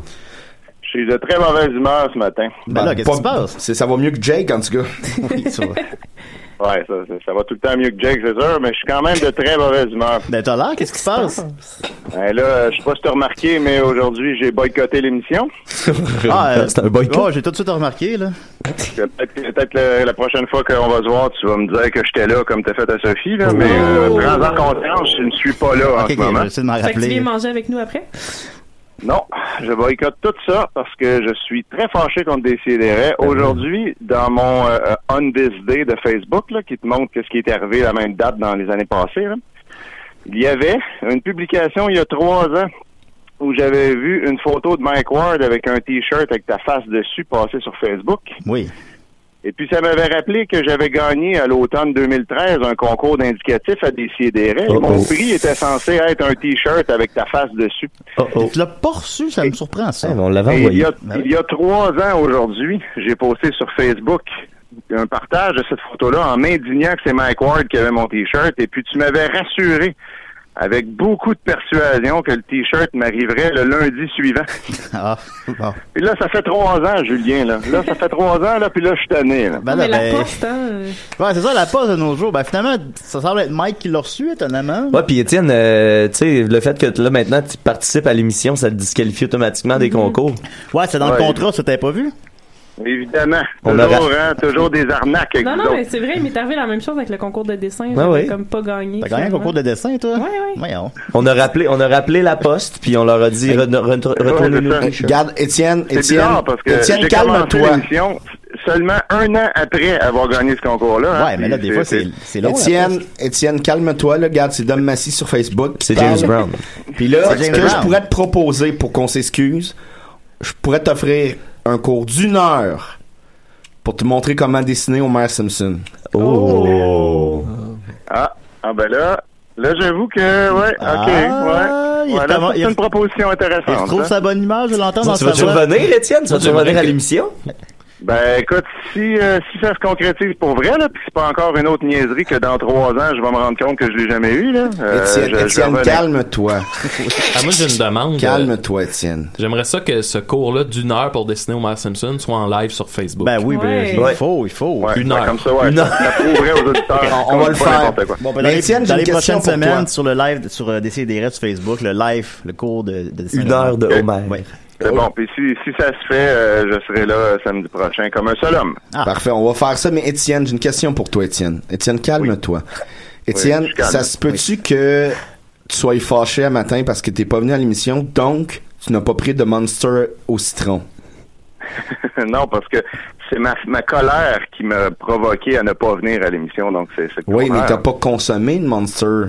Je suis de très mauvaise humeur ce matin. Ben là, qu'est-ce qui se passe? Ça va mieux que Jake, en tout cas. Ouais, ça, ça, ça va tout le temps mieux que Jake, c'est sûr, mais je suis quand même de très mauvaise humeur. Ben t'as l'air, qu'est-ce qui se passe? Ben là, euh, je sais pas si t'as remarqué, mais aujourd'hui, j'ai boycotté l'émission. Ah, euh, C'est un boycott. Oh, j'ai tout de suite remarqué, là. Que Peut-être peut-être la, la prochaine fois qu'on va se voir, tu vas me dire que j'étais là comme t'as fait à Sophie, là, mais euh, prends-en conscience, je ne suis pas là en Oh! Ok, ce ok, moment. je vais essayer de m'en Fait que tu viens manger avec nous après? Non, je boycotte tout ça parce que je suis très fâché contre DCDR. Ben Aujourd'hui, dans mon euh, euh, On This Day de Facebook, là, qui te montre ce qui est arrivé la même date dans les années passées, là, il y avait une publication il y a trois ans où j'avais vu une photo de Mike Ward avec un T-shirt avec ta face dessus passer sur Facebook. Oui. Et puis, ça m'avait rappelé que j'avais gagné à l'automne 2013 un concours d'indicatif à des Oh, Et mon prix était censé être un T-shirt avec ta face dessus. Tu l'as pas reçu, ça me surprend, ça. on Et il, y a, Ben il y a trois ans aujourd'hui, j'ai posté sur Facebook un partage de cette photo-là en m'indignant que c'est Mike Ward qui avait mon T-shirt. Et puis, tu m'avais rassuré avec beaucoup de persuasion que le T-shirt m'arriverait le lundi suivant. Ah, bon. Et là, ça fait trois ans, Julien, là. Là, ça fait trois ans, là, puis là, je suis tanné, là. Ben là, ben- Ouais, c'est ça, la poste de nos jours. Ben, finalement, ça semble être Mike qui l'a reçu, étonnamment. Ouais, puis Étienne, euh, tu sais, le fait que là maintenant tu participes à l'émission, ça te disqualifie automatiquement des concours. Mhm. Ouais, c'est dans le Ouais. contrat, ça t'avais pas vu. Évidemment. On toujours, aura- hein, toujours des arnaques avec Non, vous non, autres. mais c'est vrai, il m'est arrivé la même chose avec le concours de dessin. Ah J'avais oui. comme pas gagné. T'as gagné un finalement. concours de dessin, toi? Ouais, ouais. On a rappelé, on a rappelé la poste, puis on leur a dit re- re- re- retournez-nous. Ouais, c'est ça. Garde, Étienne, C'est bizarre parce que j'ai commencé l'émission seulement un an après avoir gagné ce concours-là. hein, Ah, puis Étienne, Étienne, calme-toi, là. Regarde, c'est Dom Massy sur Facebook. C'est Parle. James Brown. Puis là, C'est ce James que je Brown. pourrais te proposer pour qu'on s'excuse, je pourrais t'offrir un cours d'une heure pour te montrer comment dessiner Homer Simpson. Oh! Ah, ah ben là, là j'avoue que, ouais, ok, ouais. Ah, il Ouais, est là, vraiment- c'est il- une proposition intéressante. Il retrouve hein. sa bonne humeur, je l'entends dans tu sa vas-tu voix. revenir, Étienne? Tu vas-tu revenir à l'émission? Ben écoute, si, euh, si ça se concrétise pour vrai, là, puis que c'est pas encore une autre niaiserie que dans trois ans, je vais me rendre compte que je l'ai jamais eu, là. euh, Étienne, je- je Étienne, revenais. calme-toi. Ah, moi, j'ai une demande. Calme-toi, Étienne. J'aimerais ça que ce cours-là d'une heure pour dessiner Homer Simpson soit en live sur Facebook. Ben oui, ben, Ouais. il faut, il faut. Ouais, une ouais, heure. comme ça, ouais. Une heure. Ça prouverait aux auditeurs. On va le pas faire. n'importe quoi. Bon, ben, dans les- dans les prochaines semaines, sur le live, sur euh, DCDR sur Facebook, le live, le cours de, de dessin. Une heure de Homer. Ouais. C'est bon, puis si, si ça se fait, euh, je serai là euh, samedi prochain comme un seul homme. Parfait, on va faire ça. Mais Étienne, j'ai une question pour toi, Étienne. Étienne, calme-toi. Étienne, Oui, je calme. ça se peut-tu que tu sois fâché un matin parce que t'es pas venu à l'émission, donc tu n'as pas pris de Monster au citron? non, parce que c'est ma, ma colère qui m'a provoqué à ne pas venir à l'émission, donc c'est c'est le Oui, mais contraire. t'as pas consommé de Monster.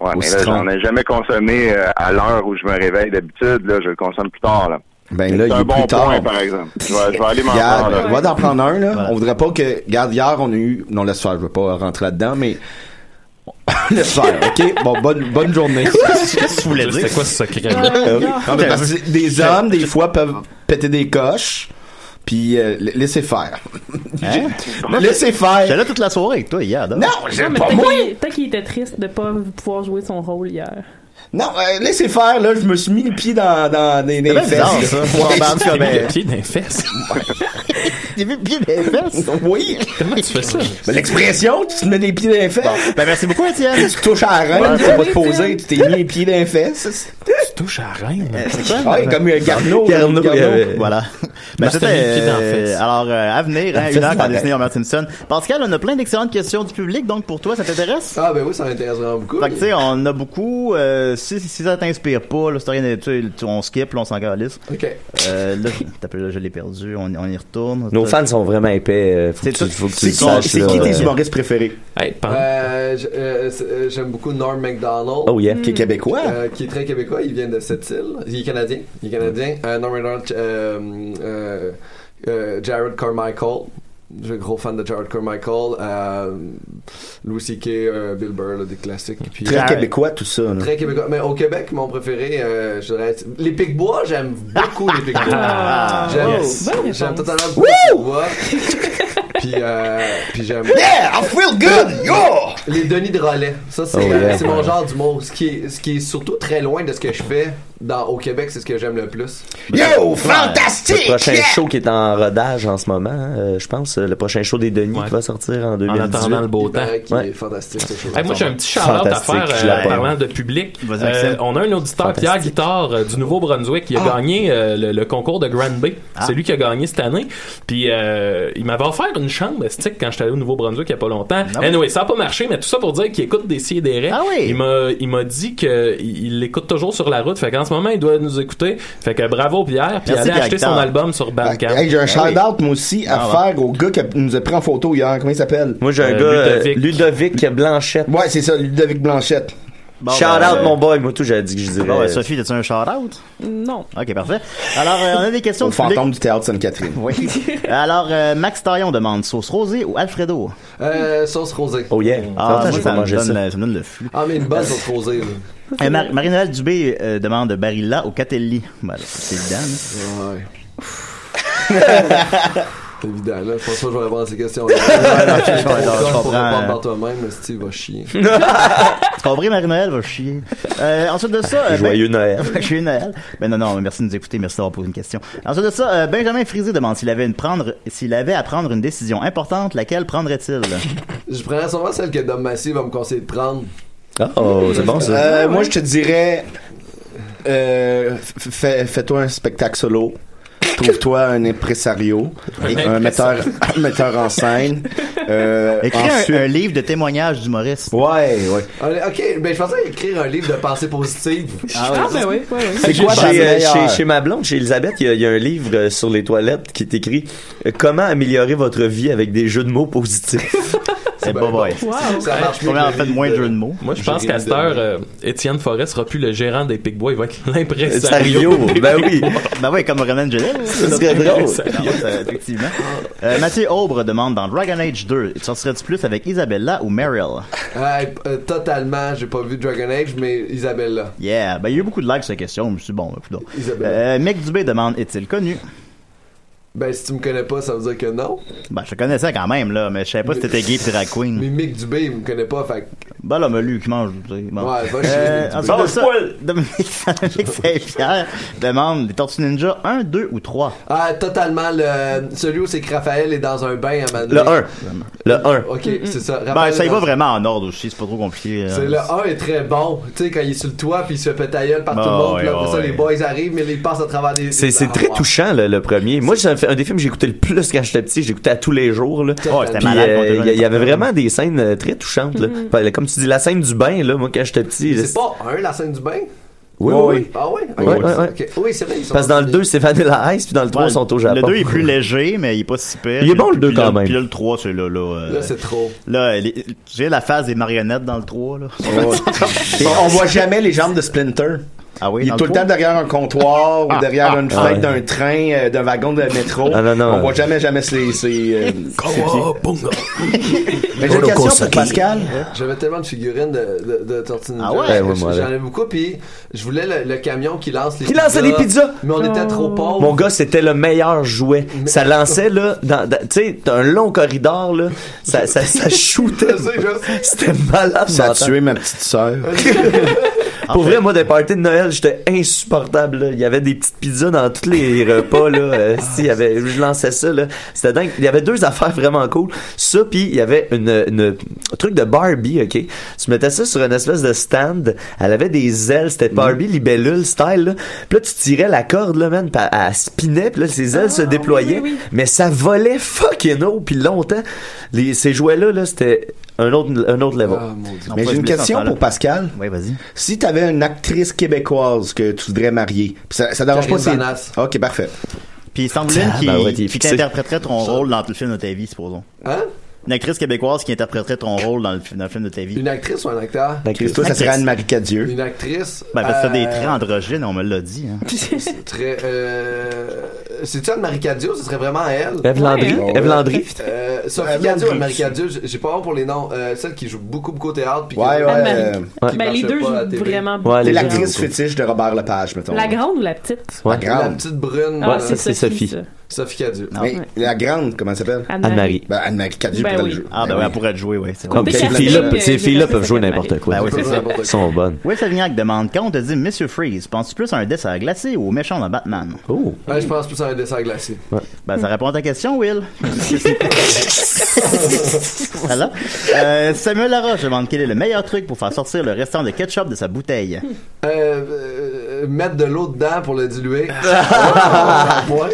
Ouais, au mais là, citron. j'en ai jamais consommé euh, à l'heure où je me réveille d'habitude. Là, je le consomme plus tard. Là. Ben là, c'est il un est bon plus tard. point, par exemple. Je vais, je vais aller m'en Regarde, prendre. là. va d'en prendre un, là. On voudrait pas que. Regarde, hier, on a eu. Non, laisse faire, je veux pas rentrer là-dedans, mais. laisse faire, ok? Bon, bonne, bonne journée. Qu'est-ce que tu voulais dire? C'était quoi ce secret? Oh, Euh, non, mais parce que des hommes, des fois, peuvent péter des coches. Puis, euh, la- laissez faire. Hein? laissez faire. J'étais là toute la soirée avec toi hier, Dom. Non, Non, j'ai mais pas peut-être moi. qu'il- Peut-être qu'il était triste de pas pouvoir jouer son rôle hier. Non, euh, laissez faire, là. Je me suis mis le pied dans, dans des, des C'est bien bizarre, fesses. ça. Pour en battre comme, euh, pied dans les fesses. J'ai vu bien les fesses. Oui. Comment tu fais ça? Ben, L'expression, tu te mets des pieds dans les fesses. Ben, merci beaucoup, Étienne. Tu touches à la reine, Ouais, tu c'est vas te vrai, poser, Étienne. tu t'es mis les pieds dans les fesses. Tu touches à la reine. Ouais, comme euh, Garneau. Garneau, il y avait- Voilà. Ben, Marcelin c'était, Pied dans la euh, fesse. alors, euh, à venir, hein, La une fesse heure dans quand la Disney Homer Simpson. Pascal, on a plein d'excellentes questions du public, donc pour toi, ça t'intéresse? Ah, ben oui, ça m'intéresse vraiment beaucoup. Fait que, tu sais, on en a beaucoup. euh, si, si ça t'inspire pas, là, si t'as rien, tu sais, tu- on skip, là, on s'en calisse. Ok. Euh, là, t'as plus- là, je l'ai perdu, on, on y retourne. Nos Ça- fans sont vraiment épais. euh, Faut que C'est tu, tout- faut que tu c'est le qui- saches. c'est là. qui tes Euh, humoristes? Maurice préféré. Hey, pardon. Euh, j- euh, c'est- euh, J'aime beaucoup Norm MacDonald. Oh, yeah. Qui est québécois. Euh, qui est très québécois. Il vient de cette île. Il est canadien. Il est canadien. Euh, Norm MacDonald, euh, euh, euh, Jared Carmichael. Je suis gros fan de Jared Carmichael. Euh, Louis C.K., euh, Bill Burr, là, des classiques. Puis- Très québécois, tout ça. là. Très québécois. Mais au Québec, mon préféré, euh, je dirais. Les Picbois, j'aime beaucoup les Picbois. Ah, j'aime yes. Bonne réponse. j'aime totalement beaucoup les Picbois. puis, euh, puis j'aime. Yeah, I feel good, yo! Les Denis de Relais. Ça, c'est Oh, yeah. c'est mon genre d'humour. Ce qui, est, ce qui est surtout très loin de ce que je fais dans, au Québec, c'est ce que j'aime le plus. Yo, Le prochain show qui est en rodage en ce moment, hein, euh, je pense, euh, le prochain show des Denis qui va sortir en 2018. attendant le beau temps. Qui Ouais. est fantastique, ce show. Hey, moi, j'ai un petit shout-out à Fantastique, faire je euh, l'apporte. parlant de public. Vas-y, Euh, Maxime. on a un auditeur, Pierre Guitard, euh, du Nouveau-Brunswick, qui a Ah. gagné euh, le, le concours de Grand Bay. C'est lui qui a gagné cette année. Puis, euh, il m'avait offert une chambre stick quand j'étais allé au Nouveau-Brunswick il y a pas longtemps. Anyway, ça a pas marché, mais tout ça pour dire qu'il écoute des si et des raies. Il m'a, il m'a dit qu'il il l'écoute toujours sur la route. Fait qu'en ce moment, il doit nous écouter. Fait que bravo, Pierre. Puis, Merci, allez acheter Pierre son Guitard. album sur Bandcamp. Hey, j'ai un Ah oui. shout-out, moi aussi, à Ah, faire au gars qui a- nous a pris en photo hier. Comment il s'appelle? Moi, j'ai un gars, euh, Ludovic. Blanchette. Ouais, c'est ça, Ludovic Blanchette. Bon, Shout ben, out, euh, mon boy. Moi, tout, j'avais dit que je dirais. Bon, ben, Sophie, as-tu un shout-out? Non. Ok, parfait. Alors, euh, on a des questions Au du public. fantôme du théâtre Sainte-Catherine. Oui. Alors, euh, Max Taillon demande sauce rosée ou Alfredo? Euh, sauce rosée. Oh yeah. Ah, Attends, moi, j'ai ça, pas me mangé donne, ça. le- ça me donne le flux. Ah, mais une bonne sauce rosée. là. Euh, Mar- Marie-Noël Dubé euh, demande Barilla ou Catelli. Ben, là, c'est évident. hein. Évidemment, je pense pas que je vais répondre à ces questions. je comprends, je Tu comprends. euh. pourras répondre par toi-même, mais si tu vas chier. T'as compris, Marie-Noël va chier. Euh, ensuite de ça. euh, Joyeux Noël. Joyeux Noël. Ben non, non, mais merci de nous écouter, merci d'avoir posé une question. Ensuite de ça, euh, Benjamin Frisé demande s'il avait, une prendre, s'il avait à prendre une décision importante, laquelle prendrait-il Je prendrais sûrement celle que Dom Massy va me conseiller de prendre. oh, c'est bon, ça. Euh, Ouais. Moi, je te dirais, euh, f- fais- fais-toi un spectacle solo. Trouve-toi un impresario, un metteur, un metteur en scène. Euh, Écris un- ensuite- un, livre de témoignages d'humoristes. Ouais, ouais. Allez, Ok, ben je pensais écrire un livre de pensée positive. Ah, ouais. ben oui, ouais, ouais. Chez- chez, euh, chez, chez ma blonde, chez Elisabeth, il y, a- il y a un livre euh, sur les toilettes qui est écrit euh, Comment améliorer votre vie avec des jeux de mots positifs. C'est bon, ouais. Ça marche mieux. en fait moins de jeux de mots. Moi, je pense qu'à cette heure, euh, Étienne Forêt sera plus le gérant des Big Bois, il va être l'impresario. Sario, des ben Big oui. Bois. Ben oui, comme Roman Gelil. Ce serait drôle. effectivement. Euh, Mathieu Aubre demande dans Dragon Age 2, tu sortirais-tu plus avec Isabella ou Meryl? Ah, euh, totalement, j'ai pas vu Dragon Age, mais Isabella. Yeah, ben il y a eu beaucoup de likes sur la question, je me suis dit, bon, ben, coudonc. Isabella. euh, Mick Dubé demande est-il connu? Ben, si tu me connais pas, ça veut dire que non. Ben, je te connaissais quand même, là, mais je savais pas si t'étais gay pis drag queen. Mais Mick Dubé, il me connaît pas, fait que- Ben là, mais lui, qui mange, tu sais. Bon. Ouais, va chier, euh, Mick Dubé. ensuite de Mange ça, Dominique, Dominique Saint-Pierre demande les Tortues Ninja 1, 2 ou 3? Ah, totalement, le... celui où c'est que Raphaël est dans un bain à Manon. Le 1. Ok, c'est ça. Ben, Raphaël ça y dans- va vraiment en ordre aussi, c'est pas trop compliqué. euh. C'est le 1 est très bon, tu sais, quand il est sur le toit puis il se fait péter la gueule par Bah, tout le monde, ouais, puis là, après ça, ouais. les boys arrivent, mais là, ils passent à travers des. C'est, c'est Ah, très wow. touchant, le, le premier. Moi, c'est un, un des films que j'écoutais le plus quand j'étais petit. J'écoutais à tous les jours. Là. Oh, c'était Puis, malade, euh, on était Il jeunes. y, il y avait vraiment des scènes euh, très touchantes. là. Mhm. Enfin, Comme tu dis, la scène du bain, là, moi, quand j'étais petit. là, C'est pas 1, la scène du bain Oui, oui, oui. Ah, ouais, Ouais, ouais, ouais. Ok. Oui, c'est vrai. ils sont- Parce que dans le 2, c'est Vanilla Ice, puis dans le 3, Ouais, ils sont au Japon. Le 2 est plus léger, mais il est pas si Il pire. est Puis bon, le deux, puis quand même. Puis là, le 3, c'est là. Là, euh, Là, c'est trop. Là, elle est- tu sais, la phase des marionnettes dans le 3, là. Et Oh, on voit jamais les jambes de Splinter. Ah oui, il est dans le tout le trou? temps derrière un comptoir ou derrière ah, une ah, fenêtre d'un ouais. train, euh, d'un wagon de métro. Ah, non, non. On voit jamais, jamais ses, ses, euh, ses Ah, pieds. Mais j'ai une Roro question pour Kosaki. Pascal. J'avais tellement de figurines de, de, de Tortue Ninja. Ah ouais? Ben ouais, Je- moi, J'en là. ai beaucoup, puis je voulais le, le camion qui lance les Qui lançait des pizzas. Mais on était trop pauvres. Mon gars, c'était le meilleur jouet. Ça lançait, là, dans, dans- tu sais, t'as un long corridor, là. Ça, ça, ça shootait. C'était malade. Ça a d'entendre. tué ma petite sœur. Pour vrai, moi, des parties de Noël, j'étais insupportable. là. Il y avait des petites pizzas dans tous les repas. Là. Euh, si, il y avait, je lançais ça. là. C'était dingue. Il y avait deux affaires vraiment cool. Ça, puis il y avait une, une- un truc de Barbie, OK? Tu mettais ça sur une espèce de stand. Elle avait des ailes. C'était Barbie, libellule style. Là. Puis là, tu tirais la corde, là, man. Puis elle, elle spinait. Puis là, ses ailes se déployaient. Mais ça volait fucking haut. Puis longtemps, les, ces jouets-là, là, c'était un autre, un autre level. Mais j'ai une question pour Pascal. Oui, vas-y. Si t'avais une actrice québécoise que tu voudrais marier, pis ça, ça dérange pas si... Karine Ok, parfait. Puis il semble une qui, Ah, ben ouais, t'es qui fixé. t'interpréterait ton rôle dans le film de ta vie, supposons. Hein? Une actrice québécoise qui interpréterait ton rôle dans le, fi- dans le film de ta vie. Une actrice ou un acteur? Ben, Toi, ça serait Anne-Marie Cadieux. Une actrice. Ben, parce que t'as des euh, traits androgynes, on me l'a dit. hein. C'est très. Euh... C'est-tu Anne-Marie Cadio Ce serait vraiment elle. Ève Landry, Ouais, hein? Ève Landry. Euh, Sophie Ève Cadio, Landry. Anne-Marie Cadio, j'ai j'ai pas honte pour les noms. Euh, celle qui joue beaucoup, beaucoup au théâtre. Puis Ouais, qui- ouais. euh, qui Ben, les marchait deux pas à la jouent télé. vraiment T'es bien. l'actrice fétiche de Robert Lepage, mettons. La grande ou la petite? La grande. La petite brune. Ah, euh, c'est C'est Sophie, Sophie. ça. Sophie Cadieux. Mais Ouais. la grande, comment elle s'appelle Anne-Marie. Anne-Marie. Ben, Anne-Marie Cadieux Ben pourrait oui. le jouer. Ah, ben ouais, elle pourrait le jouer, oui. c'est vrai. Comme ces filles-là- ces filles-là peuvent jouer n'importe quoi. Ben oui, c'est ça. Elles sont bonnes. Oui, Savignac demande quand on te dit Monsieur Freeze, penses-tu plus à un dessert glacé ou au méchant dans Batman Oh Ouais, je pense plus à un dessert glacé. Ben, ça répond à ta question, Will. voilà. Euh, Samuel Laroche demande quel est le meilleur truc pour faire sortir le restant de ketchup de sa bouteille. Euh, euh, mettre de l'eau dedans pour le diluer. Ah, ouais. Ah. Ah,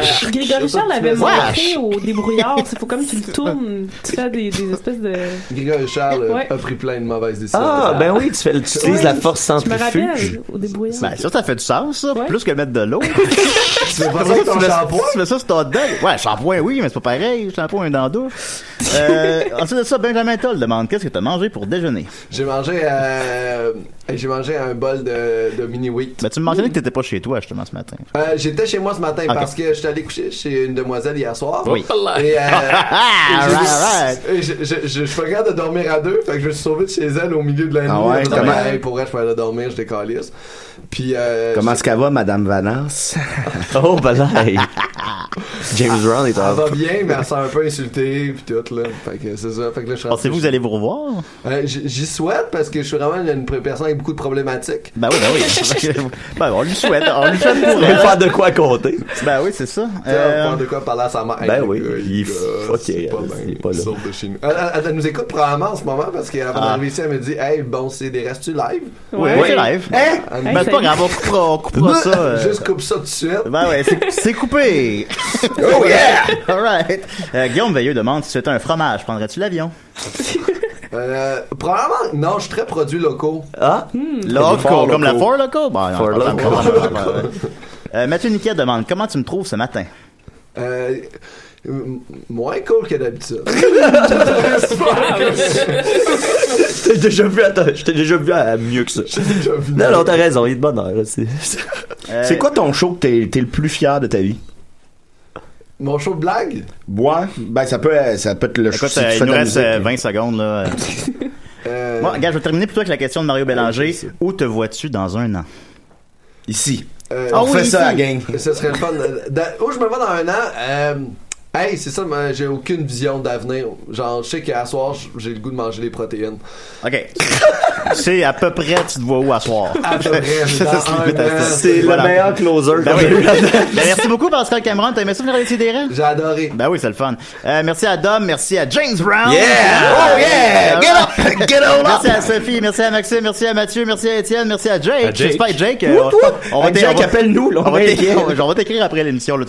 Wesh. Grégory Charles l'avait Wesh. montré au débrouillard. Il faut comme tu le tournes, tu fais des, des espèces de. Grégory Charles euh, Ouais. a pris plein de mauvaises décisions. Ah, ben oui, tu, fais, tu utilises la force Je me centrifuge. rappelle au débrouillard. Ben, ça, ça fait du sens, ça. Plus que mettre de l'eau. Tu fais pas Après ça ça, avec tu ton mets- shampoing? Tu mets ça sur ton dog. Ouais, shampoing, oui, mais c'est pas pareil. Shampoing, un dans deux. Euh, ensuite de ça, Benjamin Toll demande qu'est-ce que t'as mangé pour déjeuner? J'ai mangé, euh, j'ai mangé un bol de, de mini wheat. Ben, tu me mentionnais que t'étais pas chez toi, justement, ce matin. Euh, J'étais chez moi ce matin Ok. parce que j'étais allé coucher chez une demoiselle hier soir. Oui. Et, euh, Ah, et right, je- et je, je, je, je suis pas capable de dormir à deux, fait que je me suis sauvé de chez elle au milieu de la nuit. Ah ouais, Je me comment- disais, Hey, pour vrai, je peux aller dormir, je décalisse. Puis, euh, Comment est-ce qu'elle va, Madame Valence Oh, ben là, hey. James Brown est Ça en va bien, mais elle s'est un peu insultée, puis tout, là. Fait que c'est ça. Fait que là, je suis Pensez-vous que vous allez vous revoir? Euh, j- J'y souhaite parce que je suis vraiment une personne avec beaucoup de problématiques. Ben oui, ben oui. ben, on lui souhaite. On lui souhaite pour On peut elle. faire de quoi compter. Ben oui, c'est ça. Euh, Tu sais, on parle de quoi parler à sa mère. Ben oui, il est fucké. il est pas là. de chez nous. Elle, elle- elle nous écoute probablement en ce moment parce qu'avant Ah. d'arriver ici, elle me dit Hey, bon, c'est des restes live Oui, oui, c'est live. Hein Hey, Ben, c'est pas grave, on coupera, on coupera ça. euh. Juste coupe ça tout de suite. Ben ouais, c'est- c'est coupé. Oh yeah! All right. Euh, Guillaume Veilleux demande si tu étais un fromage, prendrais-tu l'avion? Euh, probablement, non, je suis très produit locaux. Ah, Des forts loco, comme la locaux. Ford Loco? Bon, non, Ford c'est pas Loco. grave, c'est pas grave. Euh, Mathieu Niquet demande comment tu me trouves ce matin? Euh, m- moins cool que d'habitude. Ah, Je t'ai déjà vu, attends, je t'ai déjà vu à mieux que ça. Non, non, t'as raison, il est de bonne heure. C'est C'est quoi ton show que t'es- t'es le plus fier de ta vie? Mon show de blague? Ouais, ben ça peut, euh, ça peut être le show Écoute, si tu euh, fais il de nous la reste musique. euh, 20 secondes. Là. Euh, Moi, regarde, je vais terminer plutôt avec la question de Mario Bélanger. Où te vois-tu dans un an? Ah Ici. Euh, On fait ça, la gang. Ce serait le fun. Dans- où je me vois dans un an? euh, hey, c'est ça, moi, j'ai aucune vision d'avenir. Genre, je sais qu'à soir, j- j'ai le goût de manger des protéines. OK. c'est à peu près, tu te vois où à soir? À peu près, Ça, dans c'est un fantastique. an. C'est le meilleur closer Ben oui. Ben, merci beaucoup, Pascal Cameron. T'as aimé ça venir des rêves? J'ai adoré. Ben oui, c'est le fun. Euh, merci à Dom, merci à James Brown. Yeah! Oh, yeah! Get up! Get on up! Merci à Sophie, merci à Maxime, merci à Mathieu, merci à Étienne, merci à Jake. À Jake. J'espère, Jake. euh, Wout, wout! on va Hey, Jake, appelle-nous, là, on on va est t'écrire- inquiets. on va t'écrire après l'émission. là, tu